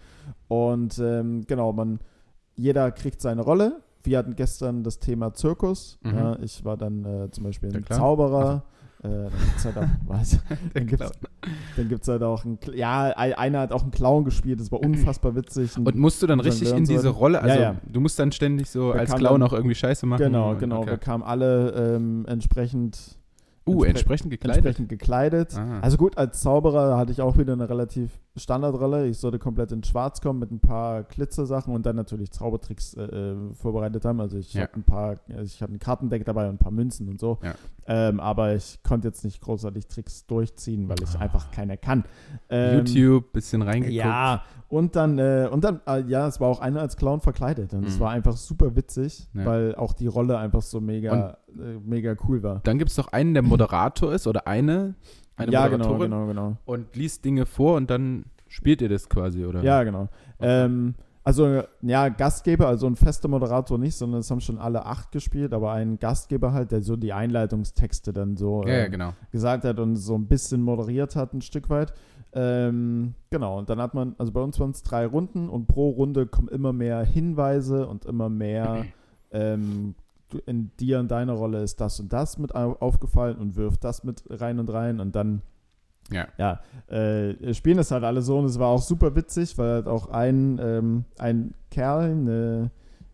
A: Und ähm, genau, man, jeder kriegt seine Rolle. Wir hatten gestern das Thema Zirkus.
B: Mhm.
A: Ja, ich war dann äh, zum Beispiel
B: Der
A: ein
B: Clown?
A: Zauberer. Äh, dann gibt's halt auch, was? Dann
B: Genau.
A: gibt's, dann gibt's halt auch einen, Cl- ja, ein- einer hat auch einen Clown gespielt, das war unfassbar witzig. Ein
B: Und musst du dann
A: Muss man
B: richtig
A: hören,
B: in diese
A: sollte.
B: Rolle,
A: Ja,
B: also
A: ja.
B: du musst dann ständig so
A: Da
B: als
A: kann
B: Clown
A: dann-
B: auch irgendwie Scheiße machen.
A: Genau,
B: und-
A: genau. Wir
B: Hm, Okay.
A: kamen alle ähm, entsprechend,
B: Uh,
A: entspre-
B: entsprechend gekleidet.
A: entsprechend gekleidet.
B: Ah.
A: Also gut, als Zauberer hatte ich auch wieder eine relativ Standardrolle. Ich sollte komplett in Schwarz kommen mit ein paar Glitzersachen und dann natürlich Zaubertricks äh, äh, vorbereitet haben. Also ich
B: Ja.
A: habe ein paar, also ich habe ein Kartendeck dabei und ein paar Münzen und so.
B: Ja.
A: Ähm, aber ich konnte jetzt nicht großartig Tricks durchziehen, weil ich einfach keine kann. Ähm,
B: Ah. YouTube, bisschen reingeguckt.
A: Ja, und dann, äh, und dann, äh, ja, es war auch einer als Clown verkleidet. Und es
B: Mhm.
A: war einfach super witzig,
B: Ja.
A: weil auch die Rolle einfach so mega, äh, mega cool war.
B: Dann gibt es noch einen, der Moderator ist oder eine, eine
A: ja, genau,
B: Moderatorin
A: genau, genau.
B: und liest Dinge vor und dann Spielt ihr das quasi, oder?
A: Ja, genau.
B: Okay.
A: Ähm, also, ja, Gastgeber, also ein fester Moderator nicht, sondern es haben schon alle acht gespielt, aber ein Gastgeber halt, der so die Einleitungstexte dann so
B: ja, ja,
A: ähm,
B: genau.
A: gesagt hat und so ein bisschen moderiert hat, ein Stück weit. Ähm, genau, und dann hat man, also bei uns waren es drei Runden und pro Runde kommen immer mehr Hinweise und immer mehr, ähm, du- in dir und deiner Rolle ist das und das mit au- aufgefallen und wirft das mit rein und rein und dann
B: Ja.
A: ja, äh, spielen das halt alle so und es war auch super witzig, weil halt auch ein, ähm, ein Kerl eine,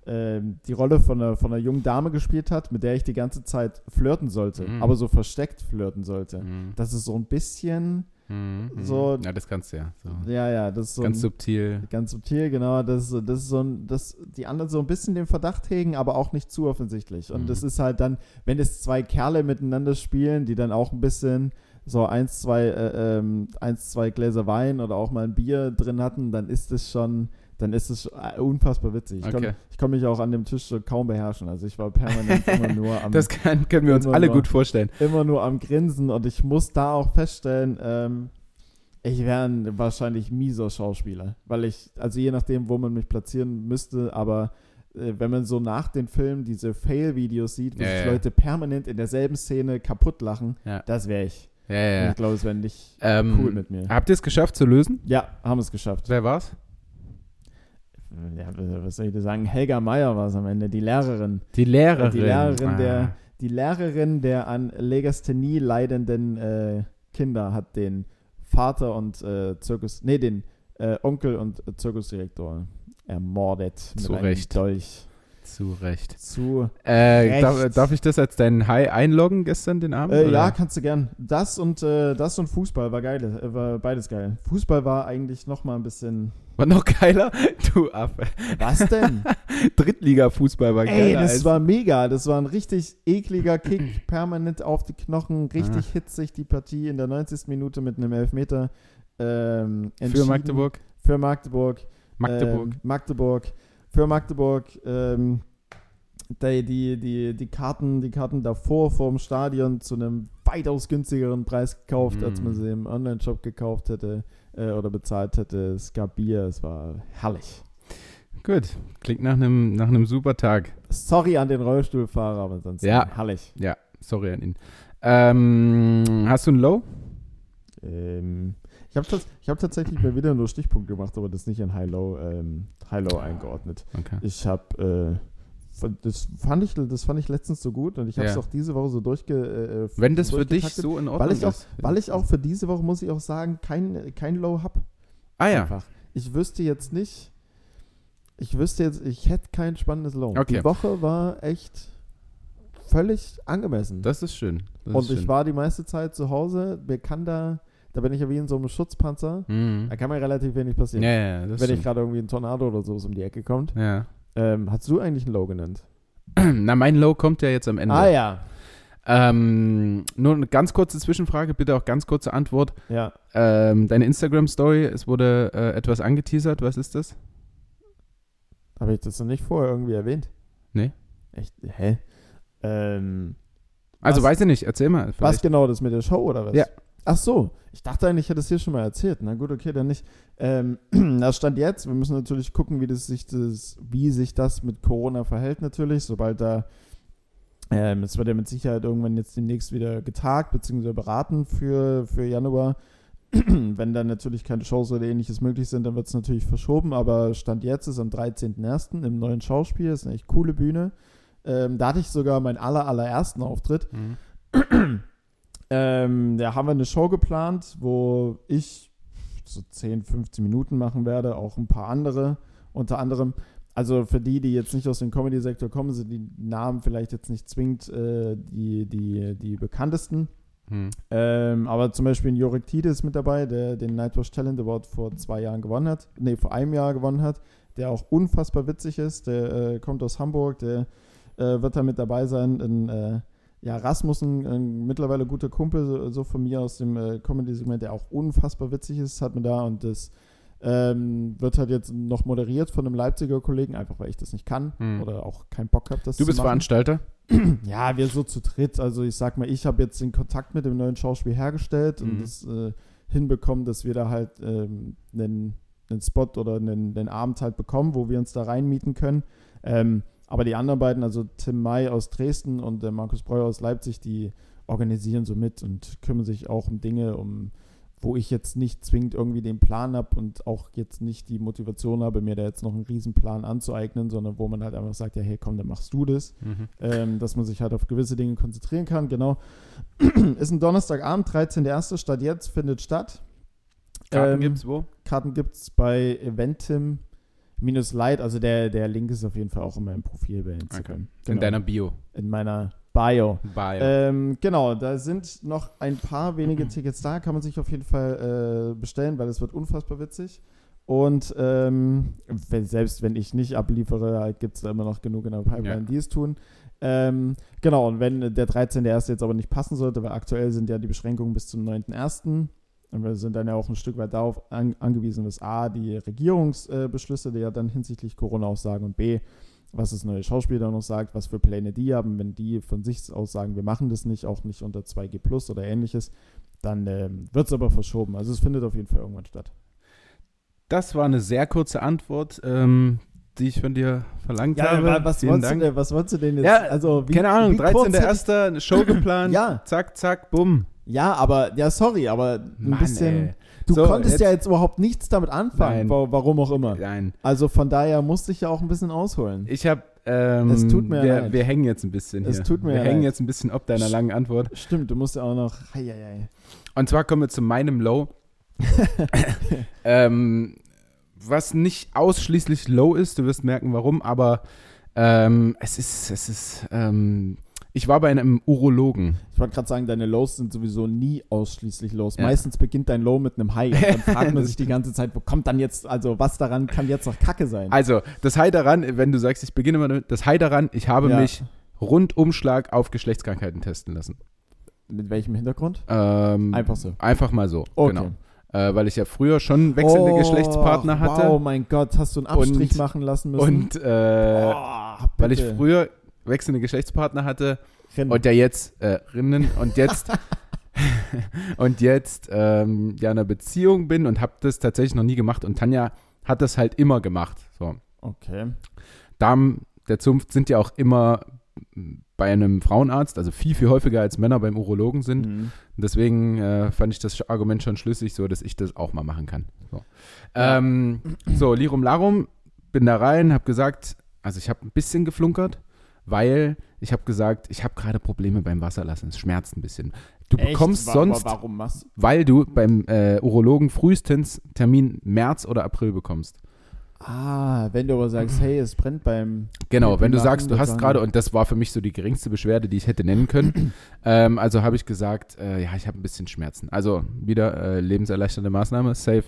A: ähm, die Rolle von einer, von einer jungen Dame gespielt hat, mit der ich die ganze Zeit flirten sollte,
B: Mhm.
A: aber so versteckt flirten sollte.
B: Mhm.
A: Das ist so ein bisschen,
B: Mhm. mhm.
A: so-
B: ja, das kannst du ja. So.
A: ja, ja, das ist so
B: Ganz
A: ein,
B: subtil.
A: ganz subtil, genau, das, ist so- das ist so ein, das, die anderen so ein bisschen den Verdacht hegen, aber auch nicht zu offensichtlich. Und
B: Mhm.
A: das ist halt dann, wenn es zwei Kerle miteinander spielen, die dann auch ein bisschen so eins, zwei, äh, ähm, eins, zwei Gläser Wein oder auch mal ein Bier drin hatten, dann ist es schon, dann ist es äh, unfassbar witzig. Ich
B: Okay.
A: konnte kon mich auch an dem Tisch so kaum beherrschen. Also ich war permanent immer nur am
B: Das kann, können wir uns
A: Immer
B: alle
A: nur-
B: gut vorstellen.
A: immer nur am Grinsen und ich muss da auch feststellen, ähm, ich wäre ein wahrscheinlich mieser Schauspieler, weil ich, also je nachdem, wo man mich platzieren müsste, aber äh, wenn man so nach den Filmen diese Fail-Videos sieht, wo
B: Ja,
A: sich
B: ja.
A: Leute permanent in derselben Szene kaputt lachen,
B: Ja.
A: das wäre ich.
B: Ja, ja, ja.
A: Ich glaube, es wäre nicht
B: Ähm,
A: Hm. cool mit mir.
B: Habt ihr es geschafft zu lösen?
A: Ja, haben es geschafft.
B: Wer war's?
A: Ja, was soll ich dir sagen? Helga Meyer war es am Ende, die Lehrerin.
B: Die Lehrerin.
A: Die Lehrerin
B: ah.
A: der- Die Lehrerin der an Legasthenie leidenden äh, Kinder hat den Vater und äh, Zirkus, nee, den äh, Onkel und äh, Zirkusdirektor ermordet.
B: Zu
A: einem
B: Recht.
A: Dolch.
B: Zu Recht.
A: Zu.
B: Äh,
A: Recht.
B: darf, darf ich das als deinen High einloggen gestern den Abend?
A: Äh,
B: oder?
A: ja, kannst du gern. Das und äh, das und Fußball war geil, äh, war beides geil. Fußball war eigentlich noch mal ein bisschen.
B: War noch geiler? Du Affe.
A: Was denn?
B: Drittliga-Fußball war
A: Ey,
B: geiler.
A: das
B: als-
A: war mega. Das war ein richtig ekliger Kick, permanent auf die Knochen, richtig
B: Ah.
A: hitzig die Partie in der 90. Minute mit einem Elfmeter. Ähm,
B: für
A: entschieden.
B: Magdeburg.
A: Für Magdeburg.
B: Magdeburg.
A: Ähm, Magdeburg. Für Magdeburg. Ähm, die, die, die, die, Karten, die Karten davor vor dem Stadion zu einem weitaus günstigeren Preis gekauft, als
B: Mm.
A: man sie im Online-Shop gekauft hätte äh, oder bezahlt hätte. Es gab Bier, es war herrlich. Ähm.
B: Gut. Klingt nach einem nach einem super Tag.
A: Sorry an den Rollstuhlfahrer, aber sonst
B: Ja.
A: herrlich.
B: Ja, sorry an ihn. Ähm, hast du ein Low?
A: Ähm, ich habe ich hab tatsächlich mal wieder nur Stichpunkt gemacht, aber das nicht in High-Low ähm, High eingeordnet.
B: Okay.
A: Ich habe, äh, von- das, fand ich, das fand ich letztens so gut und ich habe es
B: Ja.
A: auch diese Woche so durchge... Äh, äh,
B: Wenn das für dich
A: durchgetaktet,
B: so in Ordnung
A: weil ich auch-
B: ist.
A: Weil ich auch für diese Woche, muss ich auch sagen, kein, kein Low hab.
B: Ah ja.
A: Einfach. Ich wüsste jetzt nicht, ich wüsste jetzt, ich hätte kein spannendes Low.
B: Okay.
A: Die Woche war echt völlig angemessen.
B: Das ist schön. Das
A: und
B: ist
A: ich
B: schön.
A: war die meiste Zeit zu Hause, mir kann da, da bin ich ja wie in so einem Schutzpanzer,
B: Mhm.
A: da kann mir relativ wenig
B: Ja,
A: passieren.
B: ja, ja, das
A: Wenn ich
B: stimmt.
A: gerade irgendwie ein Tornado oder so um die Ecke kommt.
B: ja.
A: Ähm, hast du eigentlich einen Low genannt?
B: Na, mein Low kommt ja jetzt am Ende.
A: Ah ja.
B: ähm, nur eine ganz kurze Zwischenfrage, bitte auch ganz kurze Antwort.
A: Ja.
B: Ähm, deine Instagram-Story, es wurde äh, etwas angeteasert. Was ist das?
A: Habe ich das noch nicht vorher irgendwie erwähnt?
B: Nee.
A: Echt? Hä? Ähm,
B: Also
A: Was-
B: weiß ich nicht, erzähl mal.
A: was
B: vielleicht.
A: genau das mit der Show oder was?
B: Ja.
A: Ach so, ich dachte eigentlich, ich hätte es hier schon mal erzählt. Na gut, okay, dann nicht. Ähm, das stand jetzt. Wir müssen natürlich gucken, wie, das sich, das, wie sich das mit Corona verhält natürlich. Sobald da, ähm, es wird ja mit Sicherheit irgendwann jetzt demnächst wieder getagt bzw. beraten für, für Januar. Wenn dann natürlich keine Shows oder ähnliches möglich sind, dann wird es natürlich verschoben. Aber Stand jetzt ist am 13.01. im neuen Schauspiel. Das ist eine echt coole Bühne. Ähm, da hatte ich sogar meinen aller, allerersten Auftritt.
B: Mhm.
A: Ähm, da haben wir eine Show geplant, wo ich so 10, 15 Minuten machen werde, auch ein paar andere, unter anderem. Also für die, die jetzt nicht aus dem Comedy-Sektor kommen, sind die Namen vielleicht jetzt nicht zwingend äh, die, die, die bekanntesten.
B: Mhm.
A: Ähm, aber zum Beispiel ein Jorik Tiede ist mit dabei, der den Nightwatch Talent Award vor zwei Jahren gewonnen hat, nee, vor einem Jahr gewonnen hat, der auch unfassbar witzig ist, der äh, kommt aus Hamburg, der äh, wird da mit dabei sein. Ein, äh, ja, Rasmus, ein, ein mittlerweile guter Kumpel, so, so von mir aus dem äh, Comedy-Segment, der auch unfassbar witzig ist, hat mir da und das ähm, wird halt jetzt noch moderiert von einem Leipziger Kollegen, einfach weil ich das nicht kann
B: Hm.
A: oder auch keinen Bock habe, das
B: Du
A: zu
B: bist
A: machen.
B: Veranstalter?
A: Ja, wir so zu dritt. Also ich sag mal, ich habe jetzt den Kontakt mit dem neuen Schauspiel hergestellt
B: Mhm.
A: und das äh, hinbekommen, dass wir da halt ähm, einen, einen Spot oder einen, einen Abend halt bekommen, wo wir uns da reinmieten können. Ähm, aber die anderen beiden, also Tim May aus Dresden und der Markus Breuer aus Leipzig, die organisieren so mit und kümmern sich auch um Dinge, um wo ich jetzt nicht zwingend irgendwie den Plan habe und auch jetzt nicht die Motivation habe, mir da jetzt noch einen Riesenplan anzueignen, sondern wo man halt einfach sagt, ja, hey, komm, dann machst du das.
B: Mhm.
A: Ähm, dass man sich halt auf gewisse Dinge konzentrieren kann, genau. Ist ein Donnerstagabend, 13.01. statt jetzt, findet statt.
B: Karten
A: Ähm,
B: gibt's wo?
A: Karten gibt es bei Eventim minus Light, also der, der Link ist auf jeden Fall auch in meinem Profil bei Instagram.
B: In
A: Genau.
B: deiner Bio.
A: in meiner Bio.
B: Bio.
A: Ähm, genau, da sind noch ein paar wenige Tickets da, kann man sich auf jeden Fall äh, bestellen, weil es wird unfassbar witzig. Und ähm, wenn, selbst wenn ich nicht abliefere, gibt es da immer noch genug in der Pipeline,
B: Ja.
A: die es tun. Ähm, genau, und wenn der 13. erste jetzt aber nicht passen sollte, weil aktuell sind ja die Beschränkungen bis zum 9.1. Und wir sind dann ja auch ein Stück weit darauf an, angewiesen, dass A, die Regierungsbeschlüsse, äh, Beschlüsse, die ja dann hinsichtlich Corona aussagen und B, was das neue Schauspiel da noch sagt, was für Pläne die haben, wenn die von sich aus sagen, wir machen das nicht, auch nicht unter 2G Plus oder ähnliches, dann ähm, wird es aber verschoben. Also es findet auf jeden Fall irgendwann statt.
B: Das war eine sehr kurze Antwort, ähm, die ich von dir verlangt habe.
A: was,
B: Vielen
A: wolltest du,
B: Dank.
A: denn- was wolltest du denn jetzt?
B: Ja,
A: also, wie,
B: Keine Ahnung,
A: wie kurz hätte-
B: 13.01. eine Show geplant.
A: Ja.
B: Zack, zack, bumm.
A: Ja, aber, ja, sorry, aber ein
B: Mann,
A: bisschen.
B: ey.
A: Du
B: So,
A: konntest
B: jetzt-
A: ja jetzt überhaupt nichts damit anfangen,
B: Nein.
A: wa- warum auch immer.
B: Nein.
A: Also von daher musste ich ja auch ein bisschen ausholen.
B: Ich habe. Ähm,
A: Es tut mir
B: wir,
A: leid.
B: wir hängen jetzt ein bisschen.
A: Es
B: hier.
A: tut mir
B: Wir hängen
A: leid.
B: jetzt ein bisschen ob deiner
A: Sch-
B: langen Antwort.
A: Stimmt, du musst ja auch noch. Ei, ei, ei.
B: Und zwar kommen wir zu meinem Low. ähm, was nicht ausschließlich low ist, du wirst merken, warum, aber ähm, es ist, es ist, ähm, ich war bei einem Urologen.
A: Ich wollte gerade sagen, deine Lows sind sowieso nie ausschließlich Lows.
B: Ja.
A: Meistens beginnt dein Low mit einem High. Und dann fragt man
B: Das
A: sich die ganze Zeit, wo kommt dann jetzt, also was daran kann jetzt noch Kacke sein?
B: Also, das High daran, wenn du sagst, ich beginne mal damit, das High daran, ich habe
A: Ja.
B: mich Rundumschlag auf Geschlechtskrankheiten testen lassen.
A: Mit welchem Hintergrund?
B: Ähm,
A: Einfach so.
B: Einfach mal so,
A: Okay.
B: genau. Äh, weil ich ja früher schon wechselnde
A: Oh,
B: Geschlechtspartner hatte.
A: Oh mein Gott, hast du einen Abstrich
B: Und-
A: machen lassen müssen?
B: Und äh,
A: oh,
B: weil ich
A: bitte.
B: früher wechselnde Geschlechtspartner hatte,
A: Renn.
B: Und ja jetzt, äh, Rinnen, und jetzt, und jetzt, ähm, ja, in einer Beziehung bin und habe das tatsächlich noch nie gemacht. Und Tanja hat das halt immer gemacht. So,
A: Okay.
B: Darm, der Zunft sind ja auch immer m, bei einem Frauenarzt, also viel, viel häufiger als Männer beim Urologen sind.
A: Mhm.
B: Und Deswegen äh, fand ich das Argument schon schlüssig, so dass ich das auch mal machen kann. So,
A: Ja.
B: ähm, so Lirum Larum, bin da rein, habe gesagt, also ich habe ein bisschen geflunkert, weil ich habe gesagt, ich habe gerade Probleme beim Wasserlassen, es schmerzt ein bisschen. Du
A: Echt?
B: bekommst
A: Wa- wa-
B: sonst,
A: Warum machst
B: weil du beim äh, Urologen frühestens Termin März oder April bekommst.
A: Ah, wenn du aber sagst, hey, es brennt beim.
B: Genau,
A: Mit
B: wenn du
A: Lachen
B: sagst, du hast
A: bezahlen.
B: gerade, und das war für mich so die geringste Beschwerde, die ich hätte nennen können, ähm, also habe ich gesagt, äh, ja, ich habe ein bisschen Schmerzen. Also wieder äh, lebenserleichternde Maßnahme, safe.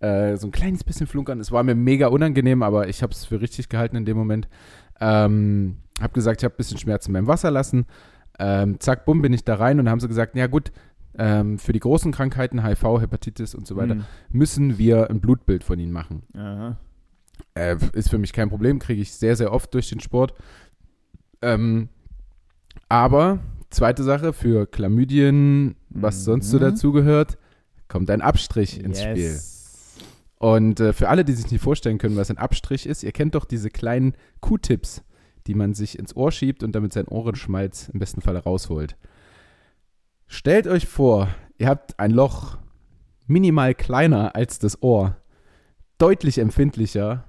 B: Äh, so ein kleines bisschen flunkern, es war mir mega unangenehm, aber ich habe es für richtig gehalten in dem Moment. Ähm, habe gesagt, ich habe ein bisschen Schmerzen beim Wasser lassen. Ähm, zack, bumm, bin ich da rein und haben sie gesagt, ja gut, ähm, für die großen Krankheiten, HIV, Hepatitis und so weiter,
A: Mhm.
B: müssen wir ein Blutbild von ihnen machen.
A: Aha.
B: Äh, ist für mich kein Problem, kriege ich sehr, sehr oft durch den Sport. Ähm, aber, zweite Sache, für Chlamydien, was
A: Mhm.
B: sonst so dazugehört, kommt ein Abstrich ins Spiel.
A: yes. Spiel.
B: Und äh, für alle, die sich nicht vorstellen können, was ein Abstrich ist, ihr kennt doch diese kleinen Q-Tips, die man sich ins Ohr schiebt und damit seinen Ohrenschmalz im besten Fall rausholt. Stellt euch vor, ihr habt ein Loch minimal kleiner als das Ohr, deutlich empfindlicher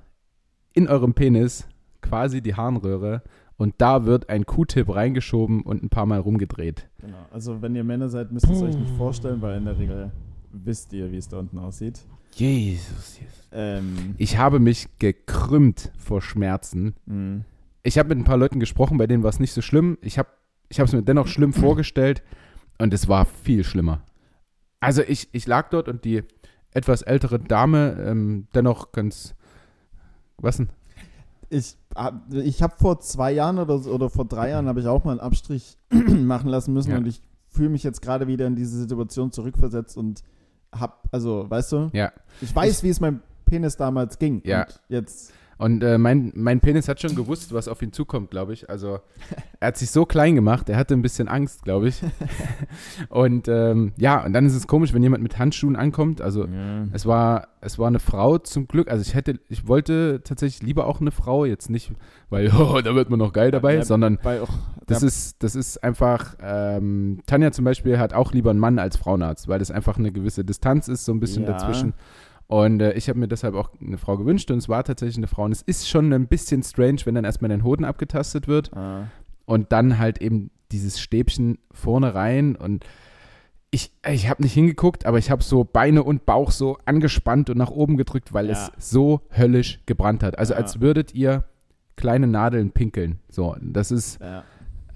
B: in eurem Penis, quasi die Harnröhre, und da wird ein Q-Tip reingeschoben und ein paar Mal rumgedreht.
A: Genau. Also, wenn ihr Männer seid, müsst ihr es euch nicht vorstellen, weil in der Regel wisst ihr, wie es da unten aussieht.
B: Jesus, Jesus.
A: Ähm,
B: Ich habe mich gekrümmt vor Schmerzen.
A: mh.
B: ich habe mit ein paar Leuten gesprochen, bei denen war es nicht so schlimm. Ich habe ich es mir dennoch schlimm vorgestellt und es war viel schlimmer. Also ich, ich lag dort und die etwas ältere Dame ähm, dennoch ganz, was denn?
A: ich, hab- ich habe vor zwei Jahren oder, so- oder vor drei Jahren habe ich auch mal einen Abstrich machen lassen müssen
B: Ja.
A: und ich fühle mich jetzt gerade wieder in diese Situation zurückversetzt und hab, also, weißt du,
B: Ja.
A: ich weiß, wie es meinem Penis damals ging.
B: Ja.
A: Und jetzt
B: Und äh, mein, mein Penis hat schon gewusst, was auf ihn zukommt, glaube ich. Also er hat sich so klein gemacht, er hatte ein bisschen Angst, glaube ich. und ähm, ja, und dann ist es komisch, wenn jemand mit Handschuhen ankommt. Also
A: Ja.
B: es war, es war eine Frau zum Glück. Also ich hätte, ich wollte tatsächlich lieber auch eine Frau, jetzt nicht, weil oh, da wird man noch geil dabei,
A: Ja,
B: sondern
A: Bei auch,
B: das ist, das ist einfach, ähm, Tanja zum Beispiel hat auch lieber einen Mann als Frauenarzt, weil das einfach eine gewisse Distanz ist, so ein bisschen
A: Ja.
B: dazwischen. Und äh, ich habe mir deshalb auch eine Frau gewünscht und es war tatsächlich eine Frau. Und es ist schon ein bisschen strange, wenn dann erstmal dein Hoden abgetastet wird
A: Ah.
B: und dann halt eben dieses Stäbchen vorne rein und ich, ich habe nicht hingeguckt, aber ich habe so Beine und Bauch so angespannt und nach oben gedrückt, weil
A: Ja.
B: es so höllisch gebrannt hat. Also
A: Ja.
B: als würdet ihr kleine Nadeln pinkeln. So, das ist
A: Ja.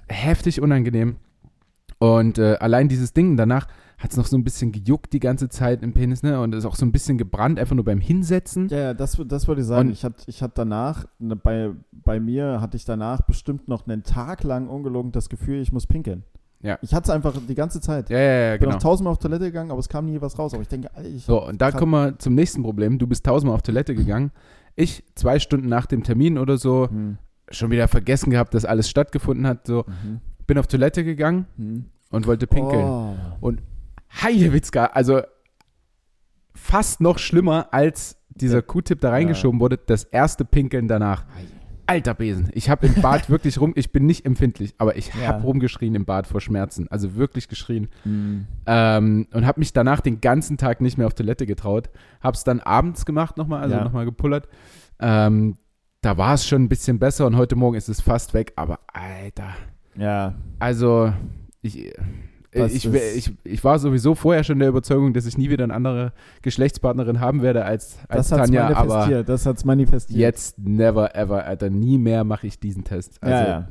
B: heftig unangenehm. Und äh, allein dieses Ding danach hat es noch so ein bisschen gejuckt die ganze Zeit im Penis, ne? Und ist auch so ein bisschen gebrannt, einfach nur beim Hinsetzen.
A: Ja, ja, das, wür- das würde ich sagen.
B: Und-
A: ich hatte ich hatte danach, ne, bei, bei mir hatte ich danach bestimmt noch einen Tag lang ungelogen das Gefühl, ich muss pinkeln.
B: Ja.
A: Ich hatte es einfach die ganze Zeit.
B: Ja, ja, ja,
A: ich bin
B: genau.
A: auch tausendmal auf Toilette gegangen, aber es kam nie was raus. Aber ich denke, Alter, ich
B: So, und da
A: Krass.
B: kommen wir zum nächsten Problem. Du bist tausendmal auf Toilette gegangen. Ich zwei Stunden nach dem Termin oder so
A: Hm,
B: schon wieder vergessen gehabt, dass alles stattgefunden hat. So,
A: mhm,
B: bin auf Toilette gegangen
A: mhm.
B: und wollte pinkeln.
A: Oh.
B: Heidewitzka, also fast noch schlimmer, als dieser
A: Ja.
B: Q-Tip da reingeschoben wurde, das erste Pinkeln danach.
A: Ei.
B: Alter Besen, ich habe im Bad wirklich rum, ich bin nicht empfindlich, aber ich
A: Ja.
B: habe rumgeschrien im Bad vor Schmerzen, also wirklich geschrien
A: Hm.
B: ähm, und habe mich danach den ganzen Tag nicht mehr auf Toilette getraut, habe es dann abends gemacht nochmal, also
A: Ja.
B: nochmal gepullert, ähm, da war es schon ein bisschen besser und heute Morgen ist es fast weg, aber Alter,
A: Ja,
B: also, ich,
A: Das
B: ich,
A: ist-
B: ich, ich war sowieso vorher schon der Überzeugung, dass ich nie wieder eine andere Geschlechtspartnerin haben werde als, als
A: das hat es
B: Tanja, aber
A: manifestiert. Das hat es manifestiert.
B: jetzt never ever, Alter, nie mehr mache ich diesen Test. Also,
A: ja, ja.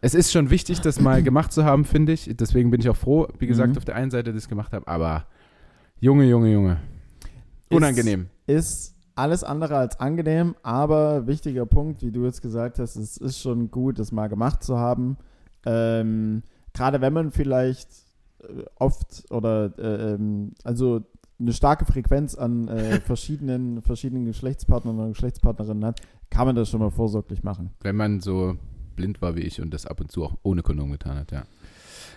B: Es ist schon wichtig, das mal gemacht zu haben, finde ich. Deswegen bin ich auch froh, wie gesagt,
A: Mhm.
B: auf der einen Seite, dass ich es gemacht habe, aber Junge, Junge, Junge. Unangenehm.
A: Ist alles andere als angenehm, aber wichtiger Punkt, wie du jetzt gesagt hast, es ist schon gut, das mal gemacht zu haben. Ähm, Gerade wenn man vielleicht äh, oft oder äh, ähm, also eine starke Frequenz an äh, verschiedenen, verschiedenen Geschlechtspartnern und Geschlechtspartnerinnen hat, kann man das schon mal vorsorglich machen.
B: Wenn man so blind war wie ich und das ab und zu auch ohne Kondom getan hat, ja.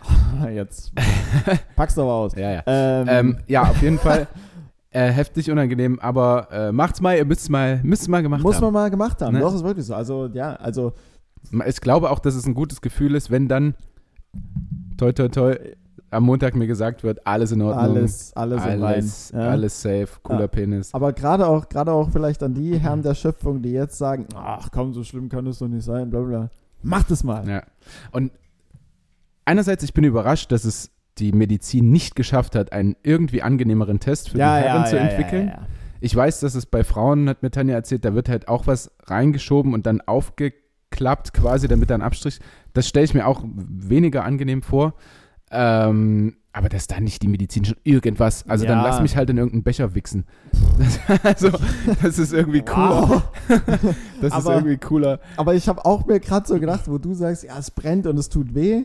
A: Jetzt packst du aber aus.
B: Ja, ja.
A: Ähm,
B: Ähm, ja, auf jeden Fall äh, heftig unangenehm, aber äh, macht's mal, ihr müsst's mal, müsst's mal gemacht
A: muss
B: haben.
A: man mal gemacht haben.
B: Ne?
A: Doch, ist wirklich so. Also, ja, also
B: Ich glaube auch, dass es ein gutes Gefühl ist, wenn dann toi toi toi am Montag mir gesagt wird, alles in Ordnung.
A: alles, alles, im
B: alles,
A: Rein, ja?
B: alles safe, cooler
A: Ja.
B: Penis.
A: Aber gerade auch, gerade auch vielleicht an
B: Mhm.
A: die Herren der Schöpfung, die jetzt sagen, ach komm, so schlimm kann es doch nicht sein, bla bla. Macht es mal.
B: Ja. Und einerseits, ich bin überrascht, dass es die Medizin nicht geschafft hat, einen irgendwie angenehmeren Test für die Herren zu entwickeln.
A: Ja, ja.
B: Ich weiß, dass es bei Frauen, hat mir Tanja erzählt, da wird halt auch was reingeschoben und dann aufgeklappt quasi, damit da ein Abstrich. Das stelle ich mir auch weniger angenehm vor. Ähm, aber dass da nicht die Medizin schon irgendwas, also dann
A: Ja.
B: lass mich halt in irgendeinen Becher wichsen. Das, also, das ist irgendwie cooler.
A: Wow.
B: Das ist
A: Aber-
B: irgendwie cooler.
A: Aber ich habe auch mir gerade so gedacht, wo du sagst, ja, es brennt und es tut weh.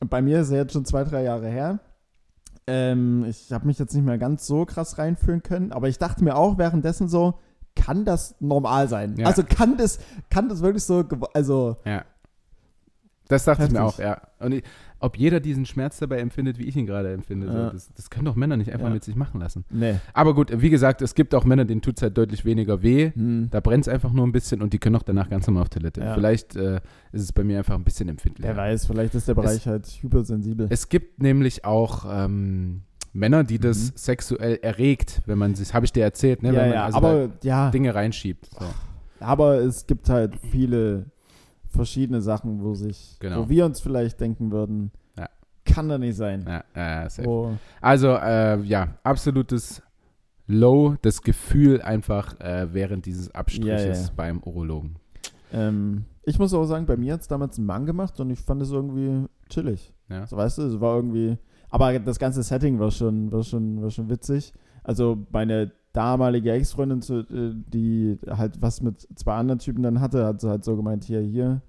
A: Und bei mir ist es jetzt schon zwei, drei Jahre her. Ähm, ich habe mich jetzt nicht mehr ganz so krass reinfühlen können, aber ich dachte mir auch währenddessen so, kann das normal sein?
B: Ja.
A: Also kann das, kann das wirklich so, gew- also
B: Das dachte ich mir auch,
A: Heftig.
B: ja. Und ich, ob jeder diesen Schmerz dabei empfindet, wie ich ihn gerade empfinde,
A: Ja.
B: so, das, das können doch Männer nicht einfach
A: Ja.
B: mit sich machen lassen.
A: nee.
B: Aber gut, wie gesagt, es gibt auch Männer, denen tut es halt deutlich weniger weh.
A: Hm.
B: Da brennt es einfach nur ein bisschen und die können auch danach ganz normal auf Toilette.
A: Ja.
B: Vielleicht äh, ist es bei mir einfach ein bisschen
A: Wer
B: empfindlicher.
A: weiß, vielleicht ist der Bereich halt hypersensibel.
B: Es gibt nämlich auch ähm, Männer, die
A: Mhm.
B: das sexuell erregt, wenn man sich, habe ich dir erzählt, ne,
A: ja,
B: wenn man
A: ja,
B: also
A: aber ja,
B: da Dinge reinschiebt. So.
A: aber es gibt halt viele verschiedene Sachen, wo sich,
B: Genau.
A: wo wir uns vielleicht denken würden,
B: Ja.
A: kann da nicht sein.
B: Ja, ja, safe.
A: Wo,
B: Also, äh, ja, absolutes Low, das Gefühl einfach äh, während dieses Abstriches
A: Ja, ja.
B: beim Urologen.
A: ähm, ich muss auch sagen, bei mir hat es damals ein Mann gemacht und ich fand es irgendwie chillig.
B: Ja.
A: So, weißt du, es war irgendwie, aber das ganze Setting war schon, war schon, war schon witzig. Also meine damalige Ex-Freundin, zu- äh, die halt was mit zwei anderen Typen dann hatte, hat sie halt so gemeint, hier, hier,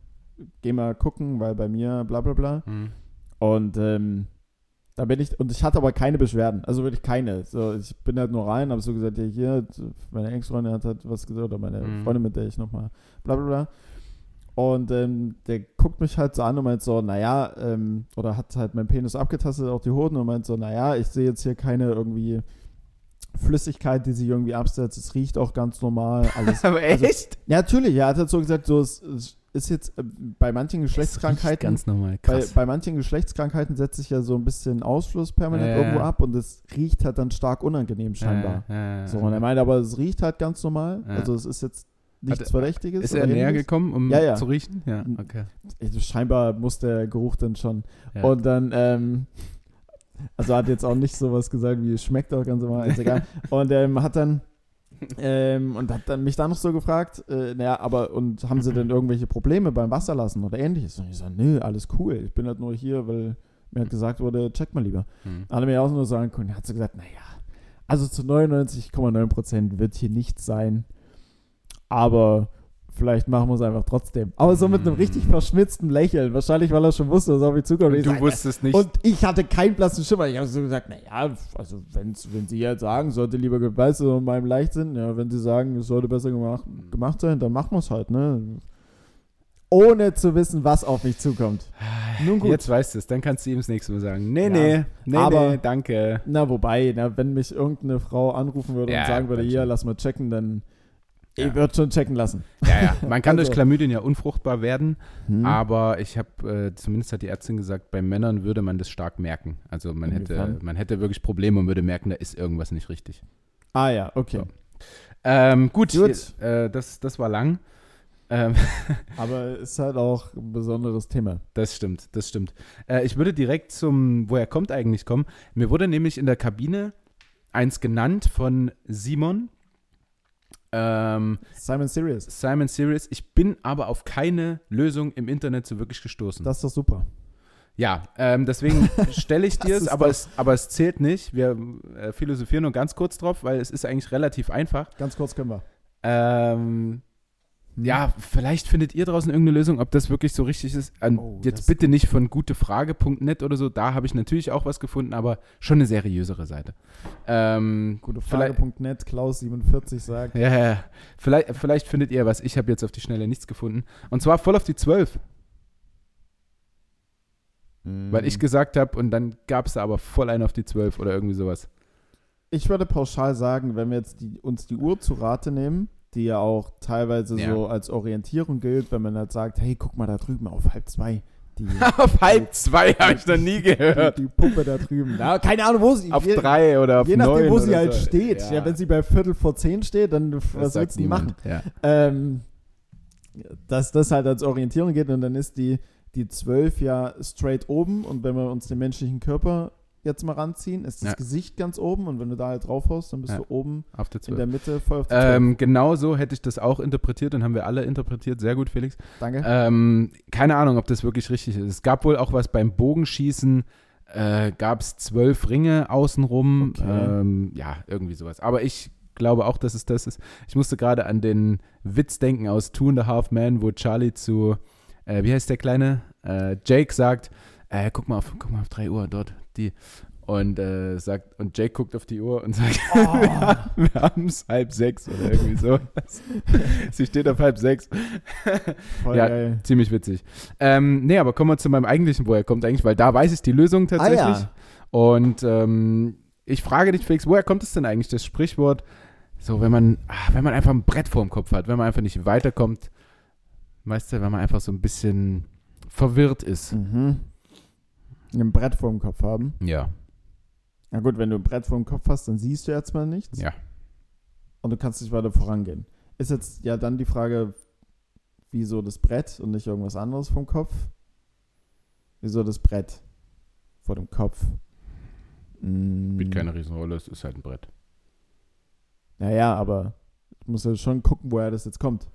A: geh mal gucken, weil bei mir bla bla bla. Und ähm, Da bin ich, und ich hatte aber keine Beschwerden, also wirklich keine. So, ich bin halt nur rein, habe so gesagt, ja, hier, meine Ex-Freundin hat halt was gesagt, oder meine
B: Mhm.
A: Freundin, mit der ich nochmal, bla bla bla. Und ähm, der guckt mich halt so an und meint so, naja, ähm, oder hat halt meinen Penis abgetastet, auch die Hoden, und meint so, naja, ich sehe jetzt hier keine irgendwie Flüssigkeit, die sich irgendwie absetzt. Es riecht auch ganz normal, alles
B: Aber
A: Also,
B: echt?
A: ja, natürlich. Er hat halt so gesagt, so, es, es ist jetzt äh, bei manchen Geschlechtskrankheiten,
B: Ganz normal,
A: bei,
B: krass.
A: bei manchen Geschlechtskrankheiten setzt sich ja so ein bisschen Ausfluss permanent
B: Ja, ja,
A: irgendwo
B: ja.
A: ab und es riecht halt dann stark unangenehm scheinbar.
B: Äh, äh,
A: So, und er meinte aber, es riecht halt ganz normal.
B: Ja.
A: Also es ist jetzt nichts
B: Hat-
A: Verdächtiges.
B: ist
A: oder
B: er näher
A: ähnliches.
B: gekommen, um
A: Ja, ja.
B: zu riechen? Ja, okay.
A: Scheinbar muss der Geruch dann schon.
B: Ja.
A: Und dann, ähm, also hat jetzt auch nicht sowas gesagt, wie es schmeckt auch ganz normal, ist egal. Und ähm, hat dann, ähm, und hat dann mich dann noch so gefragt, äh, naja, aber, und haben sie denn irgendwelche Probleme beim Wasserlassen oder ähnliches? Und ich sage, nö, alles cool, ich bin halt nur hier, weil mir halt gesagt wurde, check mal lieber.
B: Hm.
A: Alle mir auch nur sagen können, hat sie gesagt, naja, also zu 99,9% wird hier nichts sein, aber vielleicht machen wir es einfach trotzdem. Aber so mit einem richtig verschmitzten Lächeln, wahrscheinlich, weil er schon wusste, dass auf mich zukommt. Ich
B: Mhm. Und
A: sag,
B: du wusstest nicht.
A: und ich hatte keinen blassen Schimmer. Ich habe so gesagt, naja, also wenn's, wenn sie jetzt sagen, sollte lieber geweißt sein und meinem Leichtsinn, ja, wenn sie sagen, es sollte besser gemacht,
B: Mhm.
A: gemacht sein, dann machen wir es halt, ne? Ohne zu wissen, was auf mich zukommt. Nun gut.
B: Ah, Jetzt weißt du es, dann kannst du ihm das nächste Mal sagen. Nee,
A: Ja.
B: nee, nee,
A: Aber-
B: nee, danke.
A: Na, wobei, na, wenn mich irgendeine Frau anrufen würde
B: Ja,
A: und sagen würde,
B: dann
A: hier,
B: schon.
A: lass mal checken, dann
B: Ja.
A: ich würde schon checken lassen.
B: Ja, ja. Man kann
A: Also-
B: durch Chlamydien ja unfruchtbar werden,
A: Hm?
B: aber ich habe, äh, zumindest hat die Ärztin gesagt, bei Männern würde man das stark merken. Also man hätte,
A: Inwiefern?
B: man hätte wirklich Probleme und würde merken, da ist irgendwas nicht richtig.
A: Ah ja, okay.
B: So. Ähm, gut,
A: Gut.
B: Äh, das, das war lang. Ähm,
A: Aber ist halt auch ein besonderes Thema.
B: Das stimmt, das stimmt. Äh, ich würde direkt zum Woher kommt eigentlich kommen. Mir wurde nämlich in der Kabine eins genannt von Simon. Ähm,
A: Simon Serious,
B: Simon Sirius. Ich bin aber auf keine Lösung im Internet so wirklich gestoßen.
A: das ist doch super.
B: ja, ähm, deswegen stelle ich dir
A: Das
B: es
A: ist
B: aber,
A: doch-
B: es, aber es zählt nicht. Wir äh, philosophieren nur ganz kurz drauf, weil es ist eigentlich relativ einfach.
A: Ganz kurz können wir.
B: Ähm,
A: Hm.
B: ja, vielleicht findet ihr draußen irgendeine Lösung, ob das wirklich so richtig ist. An,
A: Oh, das-
B: jetzt bitte nicht von gutefrage.net oder so. Da habe ich natürlich auch was gefunden, aber schon eine seriösere Seite. Ähm,
A: Gute
B: Vielleicht-
A: Frage.net, Klaus47 sagt.
B: ja, ja, ja. Vielleicht, vielleicht findet ihr was. Ich habe jetzt auf die Schnelle nichts gefunden. Und zwar voll auf die 12,
A: Hm.
B: weil ich gesagt habe und dann gab es da aber voll einen auf die 12 oder irgendwie sowas.
A: Ich würde pauschal sagen, wenn wir jetzt die, uns die Uhr zu Rate nehmen, die ja auch teilweise
B: Ja.
A: so als Orientierung gilt, wenn man halt sagt, hey, guck mal da drüben auf halb zwei, die,
B: auf halb zwei habe ich noch nie
A: die,
B: gehört.
A: die Puppe da drüben. Na, keine Ahnung, wo sie
B: Auf
A: je,
B: drei oder auf
A: Je nachdem,
B: neun
A: wo sie
B: oder
A: halt
B: so.
A: steht. Ja. wenn sie bei Viertel vor zehn steht, dann
B: das
A: was
B: sagt
A: willst du
B: niemand.
A: machen?
B: Ja.
A: Ähm, dass das halt als Orientierung geht und dann ist die, die 12 ja straight oben und wenn wir uns den menschlichen Körper jetzt mal ranziehen, ist das
B: Ja.
A: Gesicht ganz oben und wenn du da halt draufhaust, dann bist
B: Ja.
A: du oben
B: Auf der
A: in
B: 12.
A: der Mitte voll auf die 12.
B: Ähm, genau so hätte ich das auch interpretiert und haben wir alle interpretiert. Sehr gut, Felix.
A: Danke.
B: Ähm, keine Ahnung, ob das wirklich richtig ist. Es gab wohl auch was beim Bogenschießen. Äh, gab es zwölf Ringe außenrum.
A: Okay.
B: Ähm, ja, irgendwie sowas. Aber ich glaube auch, dass es das ist. Ich musste gerade an den Witz denken aus Two and a Half Men, wo Charlie zu, äh, wie heißt der Kleine? Äh, Jake sagt, äh, guck mal auf, guck mal auf 3 Uhr dort, die. Und äh, sagt, und Jake guckt auf die Uhr und sagt, wir haben es halb sechs oder irgendwie so. Sie steht auf halb sechs.
A: voll
B: ja.
A: geil.
B: Ziemlich witzig. Ähm, nee, aber kommen wir zu meinem eigentlichen, woher kommt eigentlich, weil da weiß ich die Lösung tatsächlich.
A: Ah ja.
B: Und ähm, ich frage dich, Felix, woher kommt es denn eigentlich, das Sprichwort, so wenn man, ah, wenn man einfach ein Brett vorm Kopf hat, wenn man einfach nicht weiterkommt, weißt du, wenn man einfach so ein bisschen verwirrt ist.
A: Mhm. Ein Brett vor dem Kopf haben.
B: Ja.
A: Na gut, wenn du ein Brett vor dem Kopf hast, dann siehst du erstmal nichts.
B: Ja.
A: Und du kannst nicht weiter vorangehen. Ist jetzt ja dann die Frage, wieso das Brett und nicht irgendwas anderes vom Kopf? Wieso das Brett vor dem Kopf? Mm,
B: Riesenrolle, es ist halt ein Brett.
A: Naja, aber ich muss ja schon gucken, woher das jetzt kommt.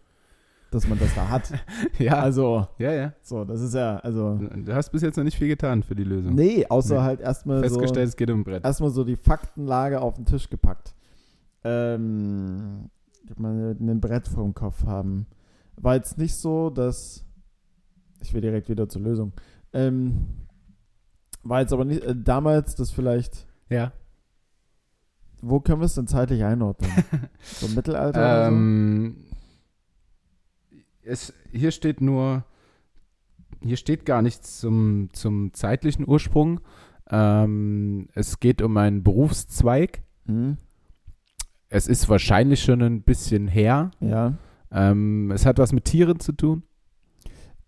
A: Dass man das da hat.
B: Ja,
A: Also,
B: ja, ja.
A: so, das ist ja, also.
B: Du hast bis jetzt noch nicht viel getan für die Lösung.
A: Nee, also außer
B: Nee.
A: halt erstmal so.
B: Festgestellt, es geht um ein Brett.
A: erstmal so die Faktenlage auf den Tisch gepackt. Ähm, ich mal ein Brett vor dem Kopf haben. War jetzt nicht so, dass. Ich will direkt wieder zur Lösung. Ähm, War jetzt aber nicht, äh, damals das vielleicht,
B: Ja.
A: wo können wir es denn zeitlich einordnen? so Mittelalter
B: Ähm, es, hier steht nur, hier steht gar nichts zum, zum zeitlichen Ursprung. Ähm, es geht um einen Berufszweig.
A: oder so? Hm?
B: Es ist wahrscheinlich schon ein bisschen her.
A: Ja.
B: Ähm, es hat was mit Tieren zu tun.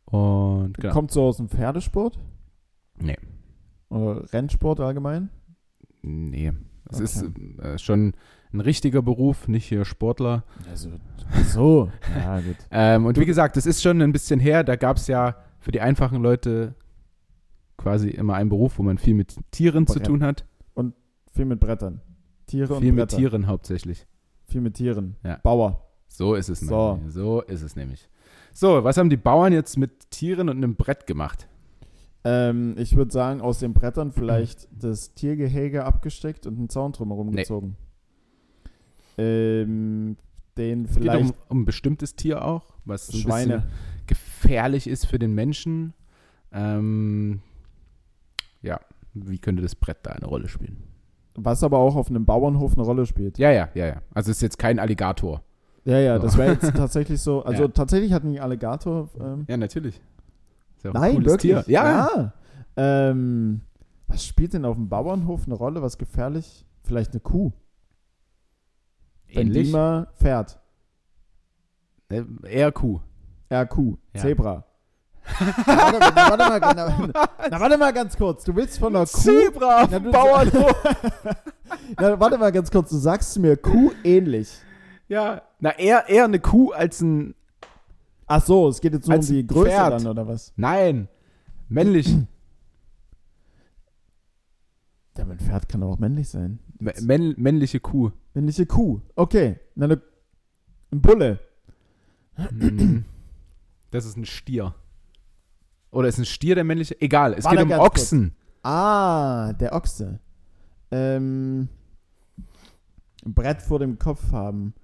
B: Und genau.
A: Kommt so aus dem Pferdesport?
B: Nee.
A: Oder Rennsport allgemein?
B: Nee. Es
A: Okay.
B: ist äh, schon ein richtiger Beruf, nicht hier Sportler.
A: Also, so. ja, gut.
B: Ähm, und wie gesagt, es ist schon ein bisschen her. Da gab es ja für die einfachen Leute quasi immer einen Beruf, wo man viel mit Tieren zu
A: Ja.
B: tun hat.
A: Viel mit Brettern. Tiere
B: viel
A: und
B: mit
A: Bretter.
B: Tieren hauptsächlich.
A: Viel mit Tieren.
B: Ja.
A: Bauer.
B: So ist es
A: So.
B: nämlich. So ist es nämlich. So, was haben die Bauern jetzt mit Tieren und einem Brett gemacht?
A: Ähm, ich würde sagen, aus den Brettern vielleicht das Tiergehege abgesteckt und einen Zaun drumherum
B: Nee.
A: gezogen. Ähm, den
B: Es geht um,
A: vielleicht
B: um ein bestimmtes Tier auch, was ein bisschen
A: Schweine.
B: gefährlich ist für den Menschen. Ähm, ja, wie könnte das Brett da eine Rolle spielen?
A: Was aber auch auf einem Bauernhof eine Rolle spielt.
B: Ja, ja, ja, ja. Also es ist jetzt kein Alligator.
A: Ja, ja,
B: So.
A: das wäre jetzt tatsächlich so. Also
B: Ja.
A: tatsächlich hatten die Alligator. Ähm,
B: Ja, natürlich. Ist ja auch ein
A: nein,
B: cooles
A: wirklich. Ah.
B: Tier. Ja.
A: ja. Ähm, was spielt denn auf dem Bauernhof eine Rolle? Was gefährlich? Vielleicht eine Kuh, wenn die
B: Ähnlich.
A: mal fährt.
B: Äh, Eher Kuh.
A: Ja, Kuh,
B: Ja.
A: Zebra. warte, mal, na, warte mal, na, na, warte mal ganz kurz. Du willst von einer Kuh.
B: Zebra auf
A: Na,
B: dem
A: du-
B: Bauernhof.
A: Na, warte mal ganz kurz. Du sagst mir Kuh ähnlich.
B: ja. Na, eher, eher eine Kuh als ein.
A: Ach so, es geht jetzt nur um
B: Als
A: die
B: ein
A: Größe
B: Pferd.
A: dann oder was?
B: Nein. Männlich.
A: Ja, mein Pferd kann auch männlich sein.
B: M- Männ, männliche Kuh.
A: Männliche Kuh. Okay. Na, eine, ein Bulle.
B: Mhm. das ist ein Stier. Oder ist ein Stier der männliche? Egal, es
A: Warte
B: geht um
A: ganz kurz.
B: Ochsen.
A: Ah, der Ochse. Ähm, ein Brett vor dem Kopf haben.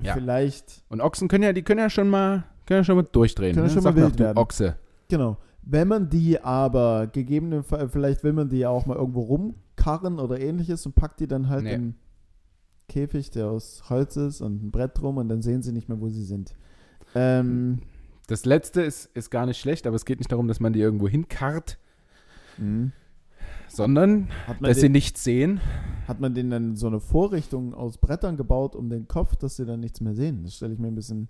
B: Ja.
A: Vielleicht,
B: Und Ochsen können ja, die können ja schon mal, können ja schon mal durchdrehen.
A: Können
B: ne?
A: schon mal
B: Sagt man
A: wild
B: auch, du
A: werden.
B: Ochse.
A: genau. Wenn man die aber gegebenenfalls, äh, vielleicht will man die ja auch mal irgendwo rumkarren oder ähnliches und packt die dann halt
B: Nee.
A: in Käfig, der aus Holz ist und ein Brett drum und dann sehen sie nicht mehr, wo sie sind. Ähm,
B: Das letzte ist, ist gar nicht schlecht, aber es geht nicht darum, dass man die irgendwo hinkarrt, Mhm. sondern
A: hat, man
B: dass sie
A: den,
B: nichts sehen.
A: hat man denen dann so eine Vorrichtung aus Brettern gebaut um den Kopf, dass sie dann nichts mehr sehen? Das stelle ich mir ein bisschen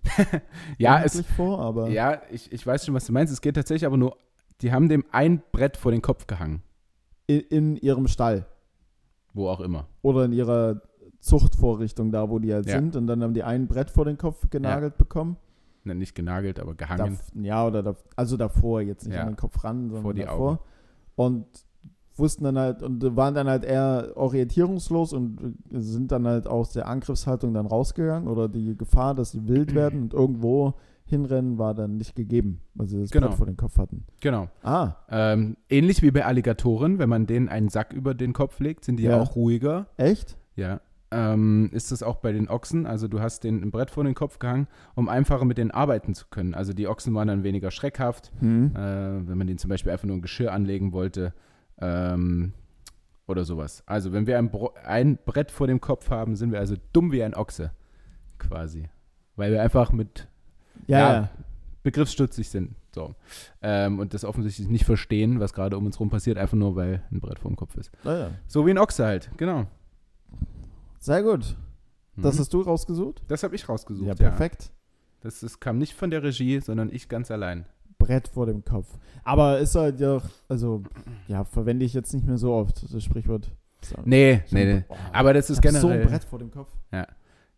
B: Ja, es,
A: unhandlich vor, aber
B: ja ich, ich weiß schon, was du meinst. Es geht tatsächlich aber nur, die haben dem ein Brett vor den Kopf gehangen.
A: in, in ihrem Stall.
B: Wo auch immer.
A: oder in ihrer Zuchtvorrichtung da, wo die halt
B: Ja.
A: sind. Und dann haben die ein Brett vor den Kopf genagelt bekommen.
B: Na, Ne, nicht genagelt, aber
A: Da,
B: gehangen.
A: ja, oder da, also davor, jetzt nicht
B: Ja.
A: an den Kopf ran, sondern
B: Vor die
A: davor. Und wussten dann halt und waren dann halt eher orientierungslos und sind dann halt aus der Angriffshaltung dann rausgegangen oder die Gefahr, dass sie wild werden und irgendwo hinrennen, war dann nicht gegeben, weil sie das
B: Genau.
A: Brett vor den Kopf hatten.
B: Genau.
A: Ah,
B: Ähm, ähnlich wie bei Alligatoren, wenn man denen einen Sack über den Kopf legt, sind die ja
A: Ja.
B: auch ruhiger.
A: echt?
B: Ja. Ähm, ist das auch bei den Ochsen? Also du hast denen ein Brett vor den Kopf gehangen, um einfacher mit denen arbeiten zu können. Also die Ochsen waren dann weniger schreckhaft,
A: Hm.
B: äh, wenn man denen zum Beispiel einfach nur ein Geschirr anlegen wollte ähm, oder sowas. Also wenn wir ein, Bro ein Brett vor dem Kopf haben, sind wir also dumm wie ein Ochse quasi. Weil wir einfach mit
A: Ja,
B: Ja.
A: ja.
B: begriffsstutzig sind. So. Ähm, und das offensichtlich nicht verstehen, was gerade um uns rum passiert, einfach nur, weil ein Brett vor dem Kopf ist.
A: Na ja.
B: So wie ein Ochse halt, genau.
A: Sehr gut. Das
B: Mhm.
A: hast du rausgesucht?
B: das habe ich rausgesucht.
A: ja, perfekt.
B: Das, das kam nicht von der Regie, sondern ich ganz allein.
A: Brett vor dem Kopf. Aber ist halt ja, auch- also, ja, verwende ich jetzt nicht mehr so oft, das Sprichwort. So-
B: Nee,
A: so-
B: nee, nee.
A: Boah,
B: Aber das
A: ich
B: ist
A: hab So ein
B: generell,
A: Brett vor dem Kopf.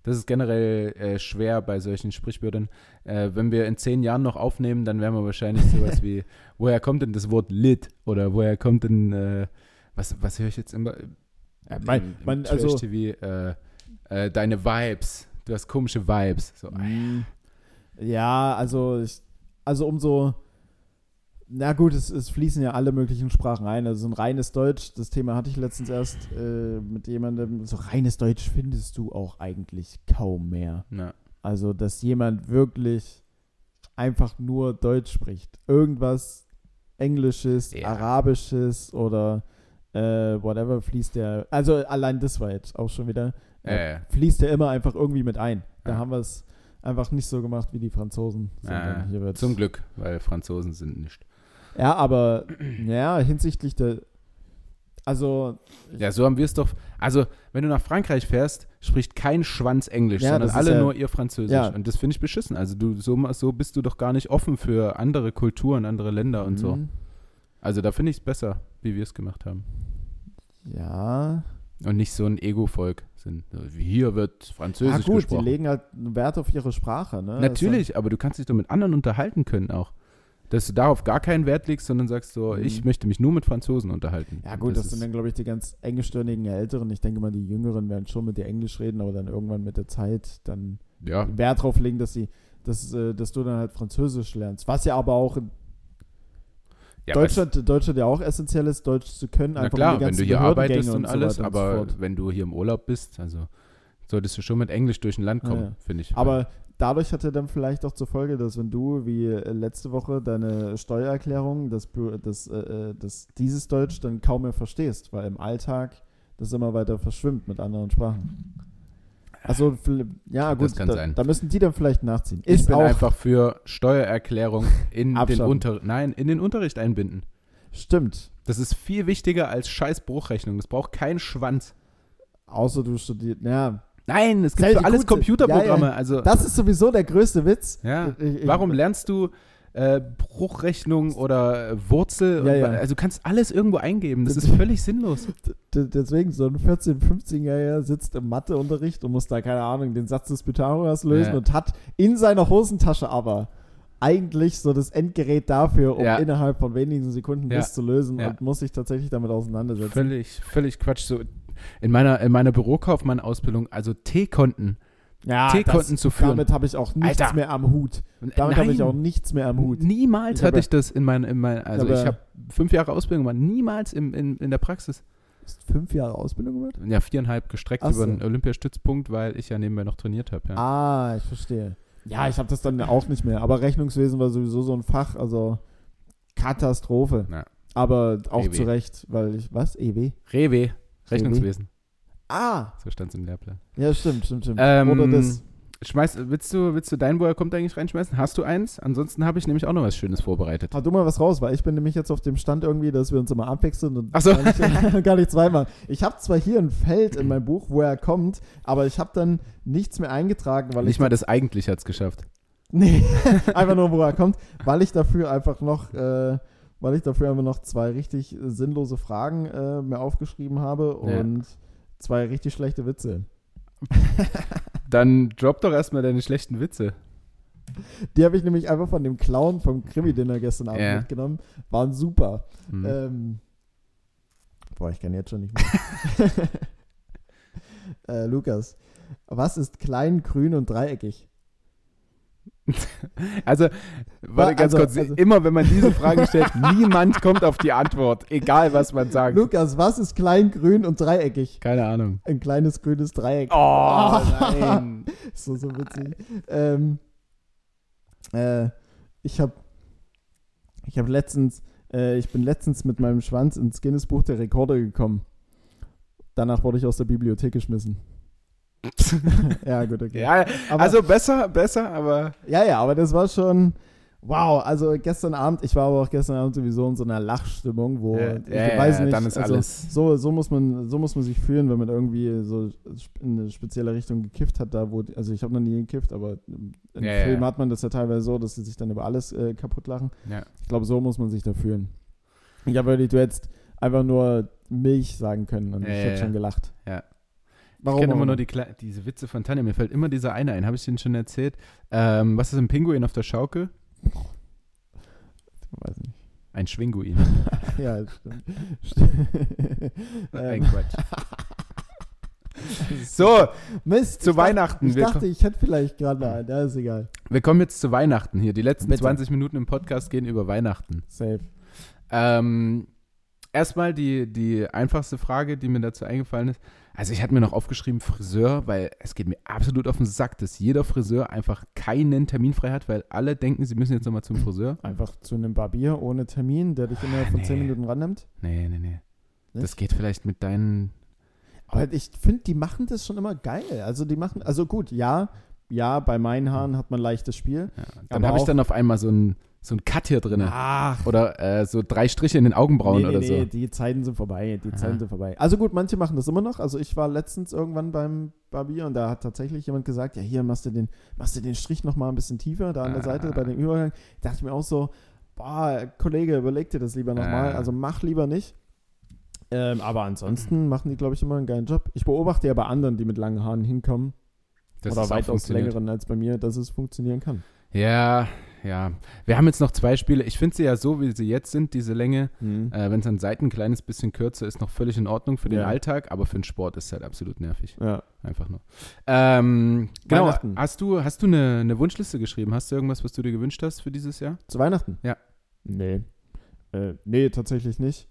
B: das ist generell äh, schwer bei solchen Sprichwörtern. Äh, wenn wir in zehn Jahren noch aufnehmen, dann wären wir wahrscheinlich sowas wie, woher kommt denn das Wort lit? Oder woher kommt denn, äh, was, was höre ich jetzt immer?
A: Ja, mein-
B: im- im
A: mein- also-
B: Trash-TV, äh, äh, deine Vibes. Du hast komische Vibes. So,
A: Mm. Ja, also, ich, also umso. Na gut, es, es fließen ja alle möglichen Sprachen ein. Also so ein reines Deutsch, das Thema hatte ich letztens erst äh, mit jemandem. So reines Deutsch findest du auch eigentlich kaum mehr.
B: na,
A: Also, dass jemand wirklich einfach nur Deutsch spricht. Irgendwas Englisches,
B: Ja.
A: Arabisches oder äh, whatever, fließt der, also allein das war jetzt auch schon wieder, äh,
B: Äh,
A: fließt der immer einfach irgendwie mit ein. Da
B: Ja.
A: haben wir es einfach nicht so gemacht wie die Franzosen. sondern hier
B: äh,
A: wird's-
B: zum Glück, weil Franzosen sind nicht.
A: Ja, aber ja, hinsichtlich der, also
B: Ja, so haben wir es doch. Also, wenn du nach Frankreich fährst, spricht kein Schwanz Englisch,
A: Ja,
B: sondern
A: das ist
B: alle
A: ja-
B: nur ihr Französisch.
A: Ja.
B: Und das finde ich beschissen. Also, du, so, so bist du doch gar nicht offen für andere Kulturen, andere Länder und so.
A: Mhm.
B: Also, da finde ich es besser, wie wir es gemacht haben.
A: Ja,
B: Und nicht so ein Ego-Volk sind. So, Hier wird Französisch
A: ah, gut,
B: gesprochen.
A: die legen halt einen Wert auf ihre Sprache, ne?
B: Natürlich, aber du kannst dich doch mit anderen unterhalten können auch. Dass du darauf gar keinen Wert legst, sondern sagst so,
A: Mhm.
B: ich möchte mich nur mit Franzosen unterhalten.
A: Also, ja, gut, das, sind
B: ist,
A: dann, glaube ich, die ganz engstirnigen Älteren. Ich denke mal, die Jüngeren werden schon mit dir Englisch reden, aber dann irgendwann mit der Zeit dann
B: ja,
A: Wert drauf legen, dass sie, dass, äh, dass du dann halt Französisch lernst. Was ja aber auch in
B: ja,
A: Deutschland, Deutschland ja auch essentiell ist, Deutsch zu können,
B: Na
A: einfach um
B: klar,
A: die
B: wenn
A: ganzen
B: du hier
A: Behördengänge
B: arbeitest und
A: so
B: alles,
A: weiter und so
B: aber
A: fort.
B: wenn du hier im Urlaub bist, also solltest du schon mit Englisch durch ein Land
A: Ja,
B: kommen,
A: ja.
B: finde ich.
A: Aber dadurch hat er dann vielleicht auch zur Folge, dass wenn du wie äh, letzte Woche deine Steuererklärung, das, Bü- das, äh, äh, das, dieses Deutsch dann kaum mehr verstehst, weil im Alltag das immer weiter verschwimmt mit anderen Sprachen. Also fl- ja gut,
B: Ah, Das kann
A: da,
B: sein.
A: da müssen die dann vielleicht nachziehen.
B: ich
A: Ist
B: bin
A: auch
B: einfach für Steuererklärung in den
A: Abschaffen.
B: Unter nein, in den Unterricht einbinden.
A: stimmt.
B: Das ist viel wichtiger als scheiß Bruchrechnung. Das braucht kein Schwanz.
A: Außer du studierst. Ja,
B: Nein, es gibt
A: Selbst
B: für alles
A: gut,
B: Computerprogramme.
A: ja, ja.
B: Also
A: das ist sowieso der größte Witz.
B: ja.
A: Ich- ich-
B: Warum lernst du äh, Bruchrechnung oder äh, Wurzel?
A: Ja,
B: und-
A: ja.
B: Also du kannst alles irgendwo eingeben. Das ist völlig sinnlos.
A: D- Deswegen, so ein 14-, 15-Jähriger sitzt im Matheunterricht und muss da, keine Ahnung, den Satz des Pythagoras lösen
B: Ja.
A: und hat in seiner Hosentasche aber eigentlich so das Endgerät dafür, um
B: Ja.
A: innerhalb von wenigen Sekunden
B: Ja.
A: das zu lösen
B: Ja.
A: und muss sich tatsächlich damit auseinandersetzen.
B: Völlig, völlig Quatsch. So in meiner, in meiner Bürokaufmann-Ausbildung, also T-Konten.
A: Ja,
B: T-Konten
A: das-
B: zu führen.
A: Damit habe ich auch nichts
B: Alter.
A: mehr am Hut. Damit habe ich auch nichts mehr am Hut.
B: Niemals
A: Ich
B: hatte
A: habe-
B: ich das in meinem, in mein, also
A: habe-
B: ich habe fünf Jahre Ausbildung gemacht, niemals im, in, in der Praxis.
A: Hast du fünf Jahre Ausbildung gemacht?
B: Ja, viereinhalb gestreckt
A: Ach so.
B: über den Olympiastützpunkt, weil ich ja nebenbei noch trainiert habe. Ja.
A: Ah, ich verstehe. Ja, ich habe das dann auch nicht mehr. Aber Rechnungswesen war sowieso so ein Fach, also Katastrophe.
B: Ja. E
A: Aber auch
B: EW.
A: zu Recht, weil ich, was? EW?
B: Rewe, Rechnungswesen,
A: Ah,
B: so stand es im Lehrplan.
A: ja, stimmt, stimmt, stimmt.
B: Ähm,
A: Oder das.
B: Schmeiß, willst du, willst du dein, wo er kommt, eigentlich reinschmeißen? Hast du eins? Ansonsten habe ich nämlich auch noch was Schönes vorbereitet.
A: Hau du mal was raus, weil ich bin nämlich jetzt auf dem Stand irgendwie, dass wir uns immer abwechseln und
B: Ach so.
A: gar, nicht, gar nicht zweimal. Ich habe zwar hier ein Feld in meinem Buch, wo er kommt, aber ich habe dann nichts mehr eingetragen, weil
B: Nicht
A: ich
B: mal das eigentlich hat es geschafft.
A: Nee, einfach nur, wo er kommt, weil ich dafür einfach noch, äh, weil ich dafür einfach noch zwei richtig äh, sinnlose Fragen äh, mir aufgeschrieben habe
B: Ja.
A: und zwei richtig schlechte Witze.
B: Dann drop doch erstmal deine schlechten Witze.
A: Die habe ich nämlich einfach von dem Clown vom Krimi-Dinner gestern Abend
B: Ja.
A: mitgenommen. Waren super.
B: Hm.
A: Ähm, boah, ich kann jetzt schon nicht mehr. äh, Lukas, was ist klein, grün und dreieckig?
B: Also,
A: Na,
B: warte ganz
A: also-
B: kurz.
A: also-
B: immer wenn man diese Fragen stellt, niemand kommt auf die Antwort, egal was man sagt.
A: Lukas, was ist klein, grün und dreieckig?
B: Keine Ahnung.
A: Ein kleines grünes Dreieck.
B: Oh, nein.
A: So, so witzig. Ähm, äh, ich habe ich hab letztens, äh, ich bin letztens mit meinem Schwanz ins Guinness Buch der Rekorde gekommen. Danach wurde ich aus der Bibliothek geschmissen. ja, gut, okay.
B: ja,
A: aber,
B: also besser, besser, aber
A: ja, ja, aber das war schon. Wow, also gestern Abend, ich war aber auch gestern Abend sowieso in so einer Lachstimmung, wo
B: Ja,
A: ich
B: ja,
A: weiß
B: ja,
A: nicht,
B: dann ist
A: also
B: alles-
A: so so muss man so muss man sich fühlen, wenn man irgendwie so sp- in eine spezielle Richtung gekifft hat, da wo die- also ich habe noch nie gekifft, aber im im
B: Ja, ja,
A: Film
B: ja.
A: hat man das ja teilweise so, dass sie sich dann über alles äh, kaputt lachen.
B: Ja.
A: Ich glaube, so muss man sich da fühlen. Ich habe wirklich du hättest einfach nur Milch sagen können und
B: Ja,
A: ich
B: ja,
A: hätte
B: ja.
A: schon gelacht.
B: Ja.
A: Warum?
B: ich kenne
A: auch
B: immer nur
A: immer.
B: die Kle diese Witze von Tanja. Mir fällt immer dieser eine ein. Habe ich den schon erzählt? Ähm, was ist ein Pinguin auf der Schaukel?
A: weiß nicht.
B: Ein Schwinguin.
A: Ja, das stimmt. Stimmt.
B: ein
A: Ähm,
B: Quatsch. So,
A: Mist,
B: zu
A: ich dachte-
B: Weihnachten.
A: Ich
B: Wir-
A: dachte, ich hätte vielleicht gerade einen. Ja, ist egal.
B: Wir kommen jetzt zu Weihnachten hier. Die letzten
A: Bitte.
B: 20 Minuten im Podcast gehen über Weihnachten.
A: Safe.
B: Ähm, erstmal die, die einfachste Frage, die mir dazu eingefallen ist. Also ich hatte mir noch aufgeschrieben Friseur, weil es geht mir absolut auf den Sack, dass jeder Friseur einfach keinen Termin frei hat, weil alle denken, sie müssen jetzt nochmal zum Friseur.
A: Einfach zu einem Barbier ohne Termin, der dich innerhalb von
B: Ah,
A: 10
B: nee.
A: Minuten rannimmt.
B: Nee, nee, nee. Das geht vielleicht mit deinen.
A: Aber ich finde, die machen das schon immer geil. Also die machen, also gut, ja, ja, bei meinen Haaren hat man leichtes Spiel.
B: Ja. Dann
A: Aber
B: habe ich
A: auch-
B: dann auf einmal so einen so ein Cut hier drin.
A: Ach,
B: Oder äh, so drei Striche in den Augenbrauen
A: nee, nee,
B: oder
A: nee,
B: so.
A: die Zeiten sind vorbei, die
B: Aha.
A: Zeiten sind vorbei. Also gut, manche machen das immer noch. Also ich war letztens irgendwann beim Barbier und da hat tatsächlich jemand gesagt, ja hier machst du den, machst du den Strich noch mal ein bisschen tiefer da an der
B: Ah.
A: Seite bei dem Übergang. Da dachte ich mir auch so, boah, Kollege, überleg dir das lieber noch mal.
B: Ah.
A: Also mach lieber nicht. Ähm, aber ansonsten machen die, glaube ich, immer einen geilen Job. Ich beobachte ja bei anderen, die mit langen Haaren hinkommen
B: Das
A: oder
B: ist auch
A: weitaus
B: funktioniert.
A: längeren als bei mir, dass es funktionieren kann.
B: Ja, ja. Wir haben jetzt noch zwei Spiele. Ich finde sie ja so, wie sie jetzt sind, diese Länge.
A: Mhm.
B: Äh, Wenn es an Seiten ein kleines bisschen kürzer ist, noch völlig in Ordnung für den
A: Ja.
B: Alltag, aber für den Sport ist es halt absolut nervig.
A: Ja.
B: Einfach nur. Ähm, genau.
A: Weihnachten.
B: Hast du, hast du eine, eine Wunschliste geschrieben? Hast du irgendwas, was du dir gewünscht hast für dieses Jahr?
A: Zu Weihnachten?
B: Ja.
A: Nee. Äh, nee, tatsächlich nicht.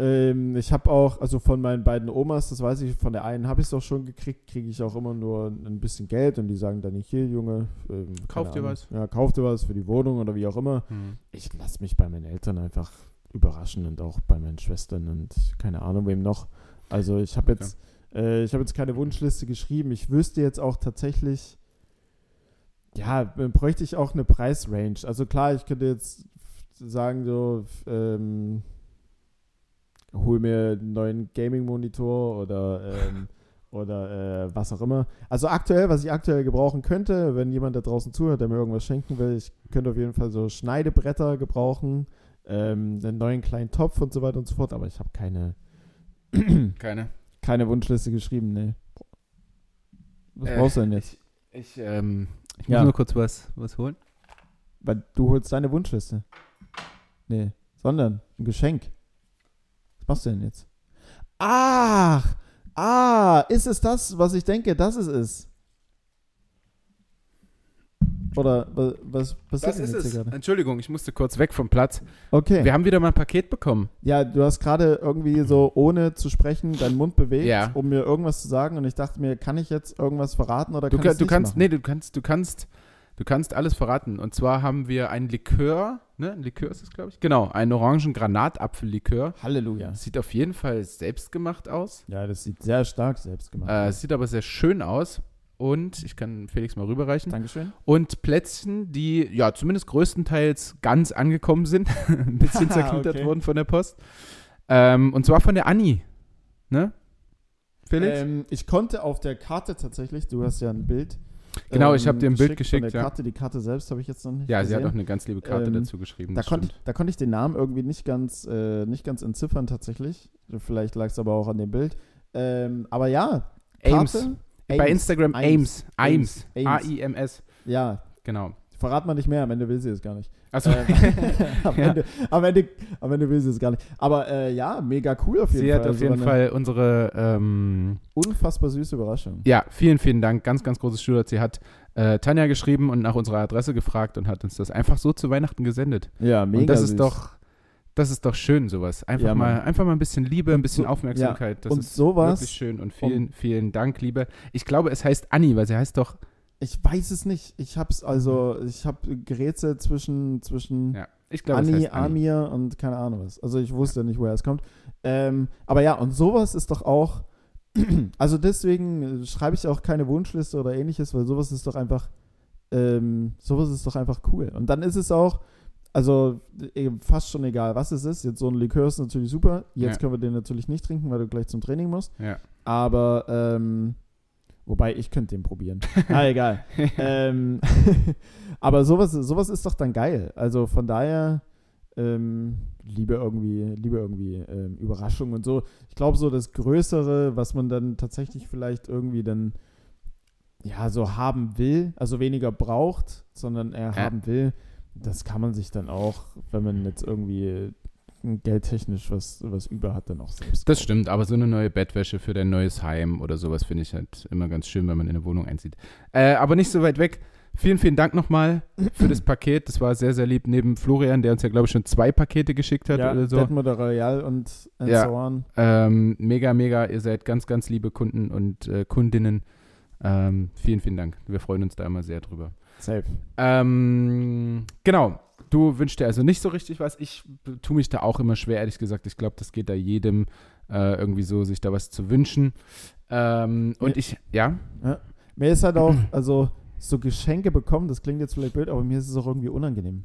A: Ähm, ich habe auch, also von meinen beiden Omas, das weiß ich, von der einen habe ich es auch schon gekriegt, kriege ich auch immer nur ein bisschen Geld und die sagen dann nicht, hier, Junge, ähm, keine
B: Kauf dir
A: Ahnung.
B: was.
A: Ja, kauf dir was für die Wohnung oder wie auch immer.
B: Hm.
A: Ich lasse mich bei meinen Eltern einfach überraschen und auch bei meinen Schwestern und keine Ahnung wem noch. Also ich habe
B: Okay.
A: jetzt, äh, ich habe jetzt keine Wunschliste geschrieben. Ich wüsste jetzt auch tatsächlich, ja, äh, bräuchte ich auch eine Preisrange. Also klar, ich könnte jetzt sagen so, f- ähm, hol mir einen neuen Gaming-Monitor oder ähm, oder äh, was auch immer. Also aktuell, was ich aktuell gebrauchen könnte, wenn jemand da draußen zuhört, der mir irgendwas schenken will, ich könnte auf jeden Fall so Schneidebretter gebrauchen, ähm, einen neuen kleinen Topf und so weiter und so fort, aber ich habe keine,
B: Keine.
A: keine Wunschliste geschrieben, ne. Was
B: Äh,
A: brauchst du denn jetzt?
B: Ich, ähm, ich
A: Ja.
B: muss nur kurz was, was holen.
A: Weil du holst deine Wunschliste. Nee, sondern ein Geschenk. Was machst du denn jetzt? Ach! Ah, ist es das, was ich denke, dass es ist? Oder wa- was passiert
B: Das
A: denn
B: ist
A: jetzt
B: es.
A: hier gerade?
B: Entschuldigung, ich musste kurz weg vom Platz.
A: Okay.
B: Wir haben wieder mal ein Paket bekommen.
A: Ja, du hast gerade irgendwie so, ohne zu sprechen, deinen Mund bewegt,
B: Ja.
A: um mir irgendwas zu sagen. Und ich dachte mir, kann ich jetzt irgendwas verraten oder
B: Du,
A: kann
B: kann,
A: ich's
B: du
A: nicht
B: kannst,
A: machen?
B: nee, du kannst, du kannst, du kannst alles verraten. Und zwar haben wir ein Likör, ne? Ein Likör ist es, glaube ich. Genau, einen orangen Granatapfellikör.
A: Halleluja.
B: Sieht auf jeden Fall selbstgemacht aus.
A: Ja, das sieht sehr stark selbst gemacht
B: Äh,
A: aus.
B: sieht aber sehr schön aus. Und ich kann Felix mal rüberreichen.
A: Dankeschön.
B: Und Plätzchen, die ja zumindest größtenteils ganz angekommen sind, ein bisschen
A: Haha,
B: zerknittert
A: okay.
B: wurden von der Post. Ähm, und zwar von der Anni. Ne? Felix?
A: Ähm, ich konnte auf der Karte tatsächlich, du hast ja ein Bild. ähm,
B: Genau, ich hab dir ein Bild
A: von
B: geschickt,
A: Der
B: ja.
A: Karte, die Karte selbst habe ich jetzt noch nicht
B: ja, sie
A: gesehen.
B: hat auch eine ganz liebe Karte
A: Ähm,
B: dazu geschrieben.
A: da,
B: das
A: konnte,
B: stimmt.
A: da konnte ich den Namen irgendwie nicht ganz, äh, nicht ganz entziffern tatsächlich. Vielleicht lag es aber auch an dem Bild. Ähm, aber ja,
B: Ames.
A: Karte,
B: Bei
A: Ames,
B: Instagram Ames.
A: Ames,
B: Ames.
A: Ames, Ames. Ähm,
B: A-I-M-S.
A: Ja,
B: Genau.
A: verrat man nicht mehr, am Ende will sie es gar nicht.
B: Also,
A: Ähm, am,
B: Ja.
A: Ende, am, Ende, am Ende will sie es gar nicht. Aber äh, ja, mega cool auf jeden
B: sie
A: Fall.
B: hat auf
A: Also
B: jeden
A: eine
B: Fall unsere ähm,
A: Unfassbar süße Überraschung.
B: Ja, vielen, vielen Dank. Ganz, ganz großes Shootout. Sie hat äh, Tanja geschrieben und nach unserer Adresse gefragt und hat uns das einfach so zu Weihnachten gesendet.
A: Ja, mega
B: und das
A: süß.
B: ist doch, das ist doch schön, sowas. Einfach,
A: Ja, Mann.
B: mal, einfach mal ein bisschen Liebe, ein bisschen
A: so-
B: Aufmerksamkeit. Das
A: Und
B: ist
A: sowas.
B: wirklich schön und vielen, vielen Dank, Liebe. Ich glaube, es heißt Anni, weil sie heißt doch,
A: Ich weiß es nicht. Ich hab's also, ich hab gerätselt zwischen, zwischen
B: Mhm. ja, ich glaube, es
A: Anni,
B: heißt Anni.
A: Amir und keine Ahnung was. Also ich wusste nicht, woher es kommt. Ähm, aber ja, und sowas ist doch auch, also deswegen äh, schreibe ich auch keine Wunschliste oder ähnliches, weil sowas ist doch einfach, ähm, sowas ist doch einfach cool. Und dann ist es auch, also eben fast schon egal, was es ist. Jetzt so ein Likör ist natürlich super. Jetzt
B: Ja.
A: können wir den natürlich nicht trinken, weil du gleich zum Training musst.
B: Ja.
A: Aber, ähm, wobei ich könnte den probieren. Na, egal. ähm, aber sowas, sowas ist doch dann geil. Also von daher ähm, liebe irgendwie, liebe irgendwie ähm, Überraschungen und so. Ich glaube, so das Größere, was man dann tatsächlich vielleicht irgendwie dann ja so haben will, also weniger braucht, sondern eher
B: Ja.
A: haben will, das kann man sich dann auch, wenn man jetzt irgendwie geldtechnisch was, was über hat, dann auch selbst.
B: Das
A: kaufen.
B: stimmt, aber so eine neue Bettwäsche für dein neues Heim oder sowas finde ich halt immer ganz schön, wenn man in eine Wohnung einzieht. Äh, aber nicht so weit weg. Vielen, vielen Dank nochmal für das Paket. Das war sehr, sehr lieb. Neben Florian, der uns ja, glaube ich, schon zwei Pakete geschickt hat
A: ja,
B: oder so.
A: Detmold Royal und and
B: halt, also Ja.
A: so on.
B: Ähm, mega, mega. Ihr seid ganz, ganz liebe Kunden und äh, Kundinnen. Ähm, vielen, vielen Dank. Wir freuen uns da immer sehr drüber.
A: Safe.
B: Ähm, genau. Du wünschst dir also nicht so richtig was. Ich tue mich da auch immer schwer, ehrlich gesagt. Ich glaube, das geht da jedem äh, irgendwie so, sich da was zu wünschen. Ähm,
A: Ja.
B: und ich, ja,
A: Mir ist halt auch, also so Geschenke bekommen, das klingt jetzt vielleicht blöd, aber mir ist es auch irgendwie unangenehm.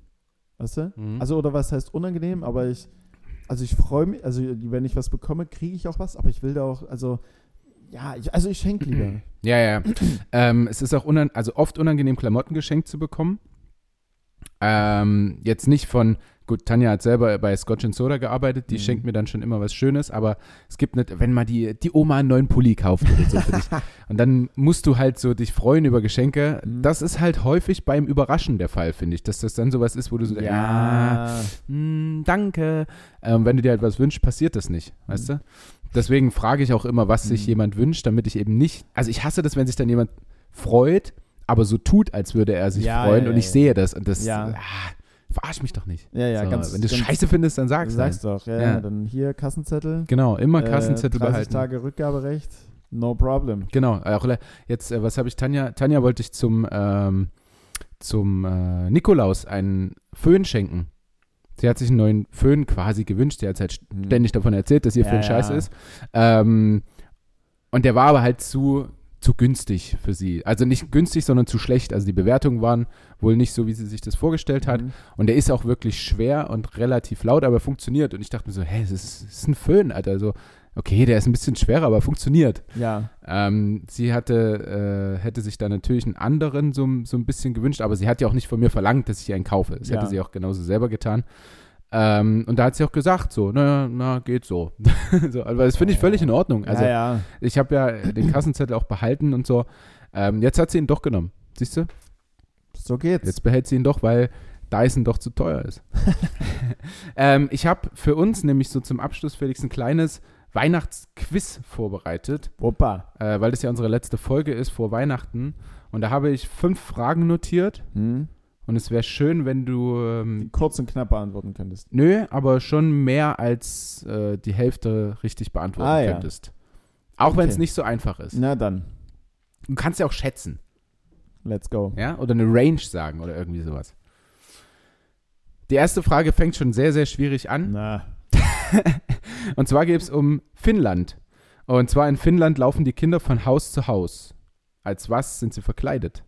A: Weißt du?
B: Mhm.
A: Also, oder was heißt unangenehm, aber ich, also ich freue mich, also wenn ich was bekomme, kriege ich auch was, aber ich will da auch, also, ja, ich, also ich schenke lieber.
B: ja, ja. ähm, es ist auch unan also oft unangenehm, Klamotten geschenkt zu bekommen. Ähm, jetzt nicht von, gut, Tanja hat selber bei Scotch and Soda gearbeitet, die
A: Mhm.
B: schenkt mir dann schon immer was Schönes, aber es gibt nicht, wenn mal die, die Oma einen neuen Pulli kauft oder so für dich. Und dann musst du halt so dich freuen über Geschenke.
A: Mhm.
B: Das ist halt häufig beim Überraschen der Fall, finde ich, dass das dann sowas ist, wo du so, denkst, ah,
A: Hm,
B: Mm, danke. Ähm, wenn du dir halt was wünschst, passiert das nicht, weißt du? Deswegen frage ich auch immer, was sich
A: Mhm.
B: jemand wünscht, damit ich eben nicht. Also ich hasse das, wenn sich dann jemand freut, aber so tut, als würde er sich
A: Ja,
B: freuen
A: ja,
B: und
A: ja,
B: ich
A: ja.
B: sehe das und das
A: Ja.
B: ah, verarsch mich doch nicht.
A: Ja, ja,
B: so,
A: ganz.
B: wenn du es
A: ganz,
B: scheiße findest, dann sag's. Sag's.
A: Sagst doch, ja,
B: Ja.
A: ja, dann hier Kassenzettel.
B: Genau, immer Kassenzettel
A: äh, 30
B: behalten.
A: Tage Rückgaberecht, no problem.
B: Genau, äh, auch le- jetzt, äh, was habe ich Tanja? Tanja wollte ich zum, ähm, zum äh, Nikolaus einen Föhn schenken. Sie hat sich einen neuen Föhn quasi gewünscht. Sie hat halt
A: Hm.
B: ständig davon erzählt, dass ihr
A: Ja,
B: Föhn
A: ja.
B: scheiße ist. Ähm, und der war aber halt zu, zu günstig für sie. Also nicht günstig, sondern zu schlecht. Also die Bewertungen waren wohl nicht so, wie sie sich das vorgestellt hat.
A: Mhm.
B: Und der ist auch wirklich schwer und relativ laut, aber funktioniert. Und ich dachte mir so, hä, das ist, das ist ein Föhn, Alter. So, okay, der ist ein bisschen schwerer, aber funktioniert.
A: Ja,
B: Ähm, sie hatte, äh, hätte sich da natürlich einen anderen so, so ein bisschen gewünscht, aber sie hat ja auch nicht von mir verlangt, dass ich einen kaufe. Das
A: Ja.
B: hätte sie auch genauso selber getan. Ähm, und da hat sie auch gesagt, so, na, na, geht so. so aber das finde ich völlig in Ordnung. Also,
A: ja, ja.
B: ich habe ja den Kassenzettel auch behalten und so. Ähm, jetzt hat sie ihn doch genommen. Siehst du?
A: So geht's.
B: Jetzt behält sie ihn doch, weil Dyson doch zu teuer ist. ähm, ich habe für uns nämlich so zum Abschluss, Felix, ein kleines Weihnachtsquiz vorbereitet
A: Opa.
B: äh, weil das ja unsere letzte Folge ist vor Weihnachten. Und da habe ich fünf Fragen notiert.
A: Hm?
B: Und es wäre schön, wenn du. Ähm,
A: Kurz und knapp beantworten könntest.
B: nö, aber schon mehr als äh, die Hälfte richtig beantworten
A: Ah, ja.
B: könntest. Auch wenn es
A: Okay.
B: nicht so einfach ist.
A: Na dann,
B: Du kannst ja auch schätzen,
A: let's go.
B: ja? Oder eine Range sagen oder irgendwie sowas. Die erste Frage fängt schon sehr, sehr schwierig an.
A: Na,
B: Und zwar geht es um Finnland. Und zwar in Finnland laufen die Kinder von Haus zu Haus. Als was sind sie verkleidet?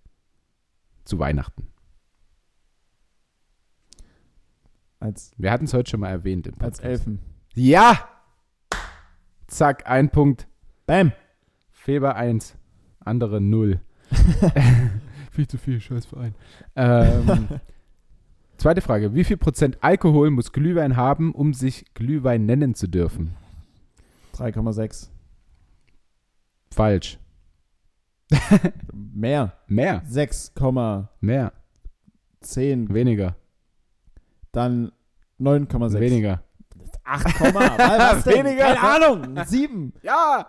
B: Zu Weihnachten.
A: als,
B: Wir hatten es heute schon mal erwähnt. Im
A: als
B: Podcast.
A: Elfen.
B: Ja! Zack, ein Punkt.
A: Bam!
B: Feber 1. Andere 0. viel zu viel, scheiß Verein. Ähm, zweite Frage. Wie viel Prozent Alkohol muss Glühwein haben, um sich Glühwein nennen zu dürfen?
A: 3,6.
B: Falsch.
A: Mehr.
B: Mehr.
A: 6,10.
B: Mehr. Weniger.
A: Dann 9,6.
B: Weniger.
A: 8, was denn?
B: Weniger.
A: Keine Ahnung. 7.
B: Ja!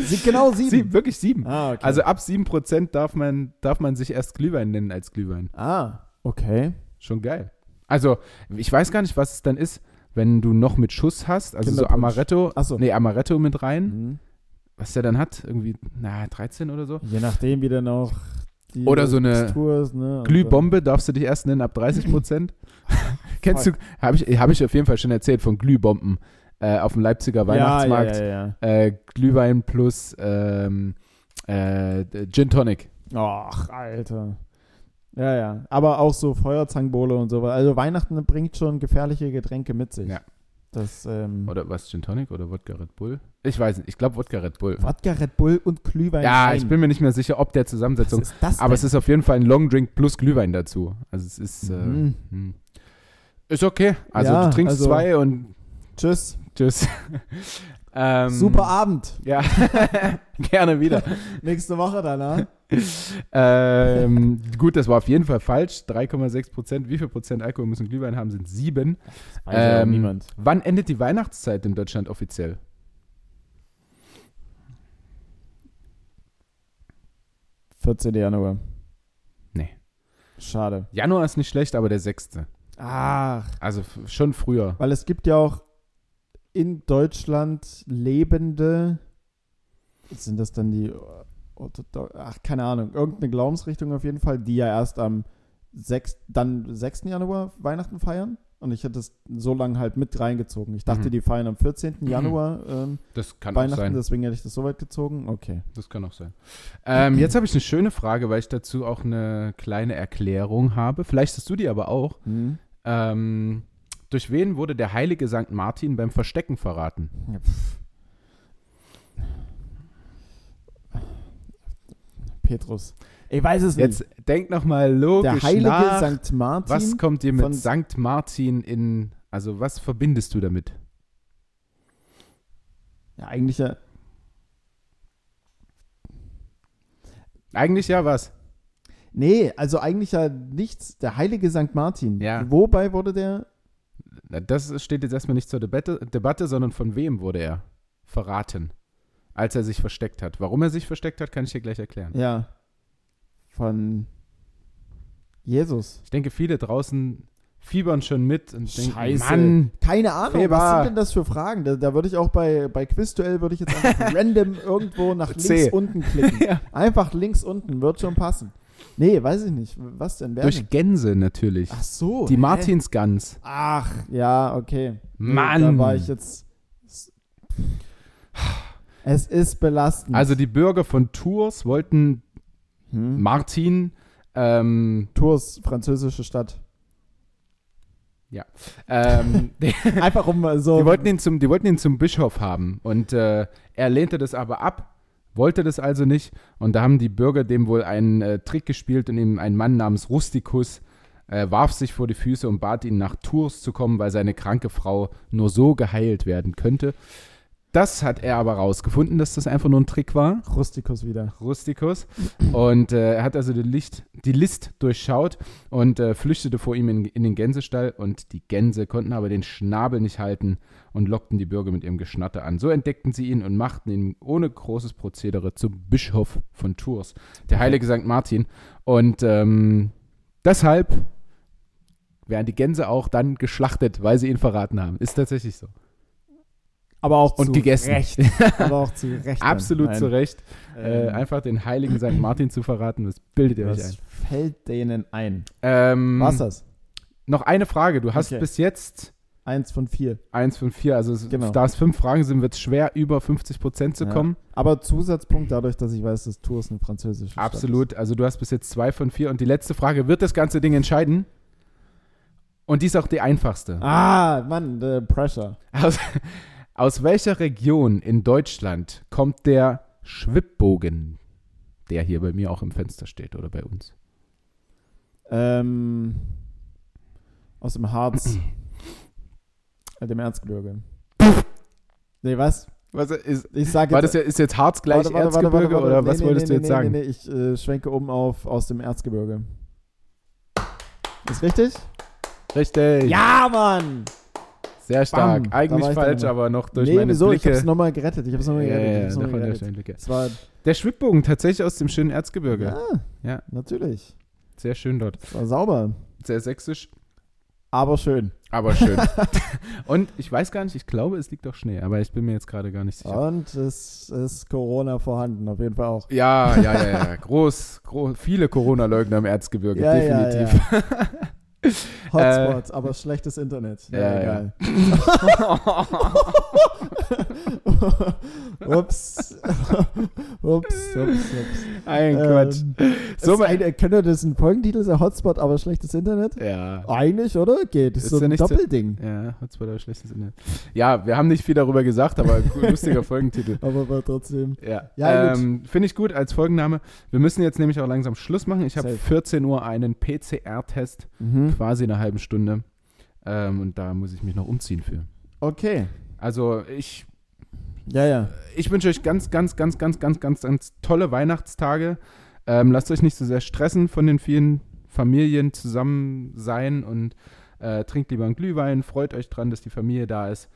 A: Sie, genau 7.
B: Sieben, wirklich sieben.
A: Ah, okay.
B: Also ab sieben Prozent darf man, darf man sich erst Glühwein nennen als Glühwein.
A: ah, okay.
B: Schon geil. Also, ich weiß gar nicht, was es dann ist, wenn du noch mit Schuss hast, also so
A: Kinderpunsch.
B: Amaretto,
A: Achso.
B: nee, Amaretto mit rein,
A: Mhm.
B: was der dann hat, irgendwie, na, 13 oder so.
A: Je nachdem, wie dann auch die
B: Oder so eine
A: Textur ist, ne? und
B: Glühbombe darfst du dich erst nennen ab 30 Prozent. Kennst du, habe ich, hab ich auf jeden Fall schon erzählt von Glühbomben äh, auf dem Leipziger
A: dann- Ja,
B: Weihnachtsmarkt.
A: Ja, ja,
B: Äh, Glühwein plus ähm, äh, Gin Tonic.
A: ja. Och, Alter. Ja, ja. Aber auch so Feuerzangenbowle und sowas. Also Weihnachten bringt schon gefährliche Getränke mit sich.
B: Ja.
A: Das, ähm,
B: Oder was, Gin Tonic oder Wodka Red Bull? Ich weiß nicht, ich glaube Wodka Red Bull.
A: Wodka, Red Bull und Glühwein.
B: Ja,
A: ein.
B: ich bin mir nicht mehr sicher, ob der
A: Was
B: Zusammensetzung.
A: ist das
B: Aber es
A: denn?
B: ist auf jeden Fall ein Long Drink plus Glühwein dazu. Also es ist. Äh,
A: Mhm.
B: hm. Ist okay. Also
A: Ja,
B: du trinkst
A: also-
B: zwei und
A: Tschüss.
B: tschüss. ähm,
A: Super Abend.
B: Ja, gerne wieder.
A: Nächste Woche dann, ne?
B: ähm, gut, das war auf jeden Fall falsch. 3,6 Prozent. Wie viel Prozent Alkohol müssen Glühwein haben? Sind sieben. ja
A: Ähm,
B: niemand. Wann endet die Weihnachtszeit in Deutschland offiziell?
A: Januar.
B: Nee.
A: Schade.
B: Januar ist nicht schlecht, aber der sechste.
A: Ach,
B: Also f- schon früher.
A: weil es gibt ja auch in Deutschland lebende, sind das dann die Orthodox, ach, keine Ahnung, irgendeine Glaubensrichtung auf jeden Fall, die ja erst am 6., dann 6. Januar Weihnachten feiern. Und ich hätte es so lange halt mit reingezogen. Ich dachte,
B: Mhm.
A: die feiern am 14.
B: Mhm.
A: Januar ähm,
B: Das kann auch
A: Weihnachten,
B: sein.
A: deswegen hätte ich das so weit gezogen. Okay.
B: Das kann auch sein. Ähm, jetzt habe ich eine schöne Frage, weil ich dazu auch eine kleine Erklärung habe. Vielleicht hast du die aber auch.
A: Hm.
B: Ähm, durch wen wurde der heilige Sankt Martin beim Verstecken verraten?
A: Ja, pff. Petrus. Ich weiß es nicht.
B: Jetzt denk noch mal logisch
A: Der heilige
B: nach.
A: Sankt Martin.
B: was kommt dir
A: von-
B: mit Sankt Martin in also was verbindest du damit?
A: Ja, eigentlich ja.
B: Eigentlich ja was.
A: Nee, also eigentlich ja nichts. Der heilige Sankt Martin.
B: Ja.
A: Wobei wurde der?
B: Na, Das steht jetzt erstmal nicht zur Debatte, Debatte, sondern von wem wurde er verraten, als er sich versteckt hat. Warum er sich versteckt hat, kann ich dir gleich erklären.
A: Ja. Von Jesus.
B: Ich denke, viele draußen fiebern schon mit und denken,
A: Scheiße.
B: Mann,
A: Keine Ahnung, was
B: Feber.
A: sind denn das für Fragen? Da, da würde ich auch bei, bei Quizduell würde ich jetzt einfach random irgendwo nach
B: C.
A: links unten klicken.
B: Ja.
A: Einfach links unten, wird schon passen. Nee, weiß ich nicht. Was denn? Wer denn?
B: durch Gänse natürlich.
A: Ach so.
B: Die
A: hä?
B: Martinsgans.
A: Ach, ja, okay. Nee,
B: Mann.
A: Da war ich jetzt. Es ist belastend.
B: Also die Bürger von Tours wollten
A: hm?
B: Martin ähm,
A: Tours, französische Stadt.
B: ähm,
A: Einfach um mal so.
B: Die wollten ihn zum, die wollten ihn zum Bischof haben und äh, er lehnte das aber ab, wollte das also nicht und da haben die Bürger dem wohl einen äh, Trick gespielt und ihm ein Mann namens Rusticus äh, warf sich vor die Füße und bat ihn nach Tours zu kommen, weil seine kranke Frau nur so geheilt werden könnte. Das hat er aber rausgefunden, dass das einfach nur ein Trick war.
A: Rustikus wieder.
B: Rusticus. Und äh, er hat also die, Licht, die List durchschaut und äh, flüchtete vor ihm in, in den Gänsestall. Und die Gänse konnten aber den Schnabel nicht halten und lockten die Bürger mit ihrem Geschnatter an. So entdeckten sie ihn und machten ihn ohne großes Prozedere zum Bischof von Tours, der heilige St. Martin. Und ähm, deshalb werden die Gänse auch dann geschlachtet, weil sie ihn verraten haben. Ist tatsächlich so.
A: Aber auch
B: Und
A: zu
B: gegessen.
A: Recht. Aber auch zu Recht. dann.
B: Absolut
A: Nein.
B: zu Recht. Äh,
A: Ähm,
B: einfach den heiligen St. Martin zu verraten, das bildet ihr euch ein.
A: Was fällt denen ein?
B: Ähm,
A: Was das?
B: Noch eine Frage. Du hast
A: Okay.
B: bis jetzt
A: Eins von vier.
B: eins von vier. Also es-
A: Genau.
B: da es fünf Fragen sind, wird es schwer, über 50 Prozent zu
A: Ja.
B: kommen.
A: Aber Zusatzpunkt dadurch, dass ich weiß, dass Tours ein französisches Stadt ist.
B: Absolut. Also du hast bis jetzt zwei von vier. Und die letzte Frage wird das ganze Ding entscheiden. Und die ist auch die einfachste.
A: Ah, Mann, the pressure.
B: Aus, aus welcher Region in Deutschland kommt der Schwibbogen, der hier bei mir auch im Fenster steht oder bei uns?
A: Ähm, aus dem Harz. Äh, dem Erzgebirge. Nee, was?
B: Was ist,
A: Ich sage
B: war das ja, ist jetzt Harz gleich Erzgebirge oder was wolltest du jetzt sagen?
A: Nee, nee, ich äh, schwenke um auf aus dem Erzgebirge. Ist richtig?
B: Richtig.
A: Ja, Mann!
B: Sehr stark.
A: Bam, da
B: Eigentlich
A: war ich dann
B: falsch,
A: immer.
B: aber noch durch
A: nee,
B: meine
A: wieso? Ich
B: Blicke.
A: hab's nochmal gerettet. Ich hab's nochmal
B: Ja,
A: gerettet.
B: ja,
A: ich hab's
B: ja,
A: noch mal
B: davon
A: gerettet.
B: der Steinblicke.
A: Es war,
B: Der Schwibbogen tatsächlich aus dem schönen Erzgebirge.
A: ja,
B: Ja.
A: natürlich.
B: Sehr schön dort.
A: Es war sauber,
B: Sehr sächsisch,
A: aber schön.
B: aber schön. Und ich weiß gar nicht, ich glaube, es liegt doch Schnee, aber ich bin mir jetzt gerade gar nicht sicher.
A: Und es ist Corona vorhanden, auf jeden Fall auch.
B: Ja, ja, ja, ja. Groß, groß viele Corona-Leugner im Erzgebirge,
A: Ja, ja,
B: definitiv.
A: Hotspots, aber schlechtes Internet. Äh, Ja,
B: ja,
A: egal. ups. ups, ups, ups. Ähm,
B: Ein Quatsch. So,
A: So
B: mein-
A: ein, können wir das ein Folgentitel sein? Hotspot, aber schlechtes Internet?
B: Ja.
A: Eigentlich, oder? Geht. Das
B: Ist
A: ist so
B: ja
A: ein
B: nicht so-
A: Doppelding.
B: Ja, hat's bei der schlechtes Internet. Ja, wir haben nicht viel darüber gesagt, aber lustiger Folgentitel.
A: aber war trotzdem.
B: Ja,
A: Ja, gut.
B: ähm, finde ich gut als Folgenname. Wir müssen jetzt nämlich auch langsam Schluss machen. Ich habe
A: Safe.
B: 14 Uhr einen PCR-Test,
A: Mhm.
B: quasi in einer halben Stunde. Ähm, und da muss ich mich noch umziehen für.
A: Okay.
B: Also ich,
A: Ja, ja.
B: ich wünsche euch ganz, ganz, ganz, ganz, ganz, ganz, ganz tolle Weihnachtstage. Ähm, lasst euch nicht so sehr stressen von den vielen Familien zusammen sein und äh, trinkt lieber einen Glühwein, freut euch dran, dass die Familie da ist.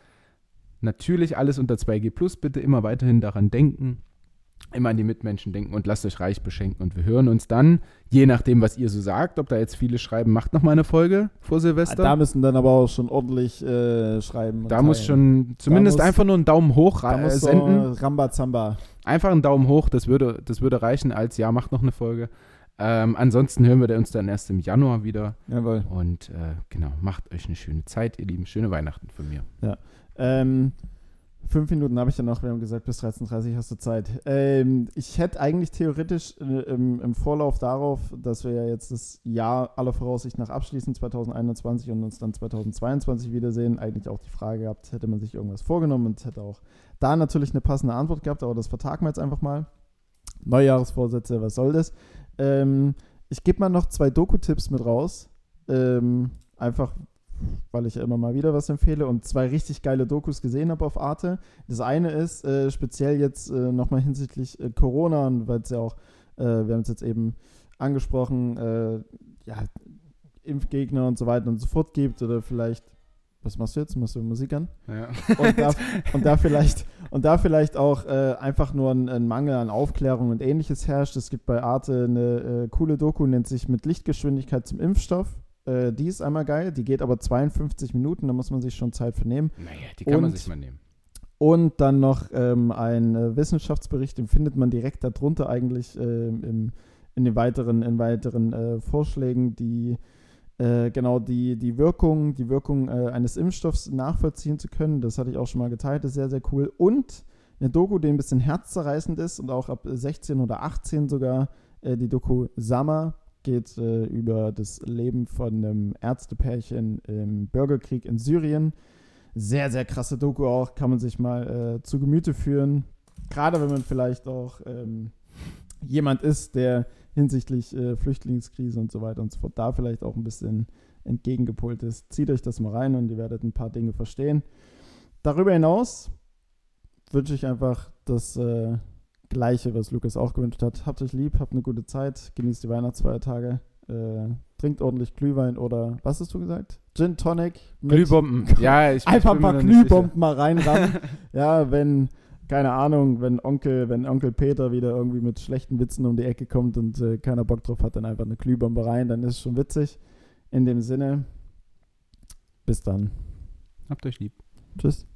B: Natürlich alles unter 2G Plus, bitte immer weiterhin daran denken. immer an die Mitmenschen denken und lasst euch reich beschenken. Und wir hören uns dann, je nachdem, was ihr so sagt, ob da jetzt viele schreiben, macht noch mal eine Folge vor Silvester.
A: Ah, Da müssen dann aber auch schon ordentlich äh, schreiben. und
B: Da muss
A: teilen.
B: schon zumindest
A: muss-
B: einfach nur einen Daumen hoch
A: da
B: äh,
A: muss so
B: senden.
A: Rambazamba.
B: Einfach einen Daumen hoch, das würde, das würde reichen als ja, macht noch eine Folge. Ähm, ansonsten hören wir uns dann erst im Januar wieder.
A: Jawohl.
B: Und äh, genau, macht euch eine schöne Zeit, ihr Lieben. Schöne Weihnachten von mir.
A: Ähm, fünf Minuten habe ich ja noch. Wir haben gesagt, bis 13.30 Uhr hast du Zeit. Ähm, ich hätte eigentlich theoretisch äh, im, im Vorlauf darauf, dass wir ja jetzt das Jahr aller Voraussicht nach abschließen, 2021 und uns dann 2022 wiedersehen, eigentlich auch die Frage gehabt, hätte man sich irgendwas vorgenommen und hätte auch da natürlich eine passende Antwort gehabt, aber das vertagen wir jetzt einfach mal. Neujahresvorsätze, was soll das? Ähm, ich gebe mal noch zwei Doku-Tipps mit raus. Ähm, einfach, weil ich ja immer mal wieder was empfehle und zwei richtig geile Dokus gesehen habe auf Arte. Das eine ist äh, speziell jetzt äh, nochmal hinsichtlich äh, Corona und weil es ja auch, äh, wir haben es jetzt eben angesprochen, äh, ja, Impfgegner und so weiter und so fort gibt oder vielleicht, was machst du jetzt? Machst du Musik an?
B: Ja.
A: und da, und da vielleicht und da vielleicht auch äh, einfach nur ein, ein Mangel an Aufklärung und ähnliches herrscht. Es gibt bei Arte eine äh, coole Doku, nennt sich mit Lichtgeschwindigkeit zum Impfstoff. Äh, die ist einmal geil, die geht aber 52 Minuten, da muss man sich schon Zeit für nehmen.
B: Naja, die kann man
A: Und-
B: sich mal nehmen.
A: Und dann noch ähm, ein äh, Wissenschaftsbericht, den findet man direkt darunter eigentlich ähm, im, in den weiteren, in weiteren äh, Vorschlägen, die äh, genau die, die Wirkung, die Wirkung äh, eines Impfstoffs nachvollziehen zu können. Das hatte ich auch schon mal geteilt, ist sehr, sehr cool. Und eine Doku, die ein bisschen herzzerreißend ist und auch ab 16 oder 18 sogar, äh, die Doku Sama geht äh, über das Leben von einem Ärztepärchen im Bürgerkrieg in Syrien. Sehr, sehr krasse Doku auch, kann man sich mal äh, zu Gemüte führen. Gerade wenn man vielleicht auch ähm, jemand ist, der hinsichtlich äh, Flüchtlingskrise und so weiter und so fort da vielleicht auch ein bisschen entgegengepolt ist. Zieht euch das mal rein und ihr werdet ein paar Dinge verstehen. Darüber hinaus wünsche ich einfach das äh, Gleiche, was Lukas auch gewünscht hat. Habt euch lieb, habt eine gute Zeit, genießt die Weihnachtsfeiertage, äh, trinkt ordentlich Glühwein oder was hast du gesagt? Gin Tonic mit
B: Glühbomben. Ja, ich
A: Einfach ein
B: ich bin mir
A: paar
B: noch nicht sicher.
A: Glühbomben mal reinrammen. ja, wenn, keine Ahnung, wenn Onkel, wenn Onkel Peter wieder irgendwie mit schlechten Witzen um die Ecke kommt und äh, keiner Bock drauf hat, dann einfach eine Glühbombe rein, dann ist es schon witzig. In dem Sinne, bis dann.
B: Habt euch lieb.
A: Tschüss.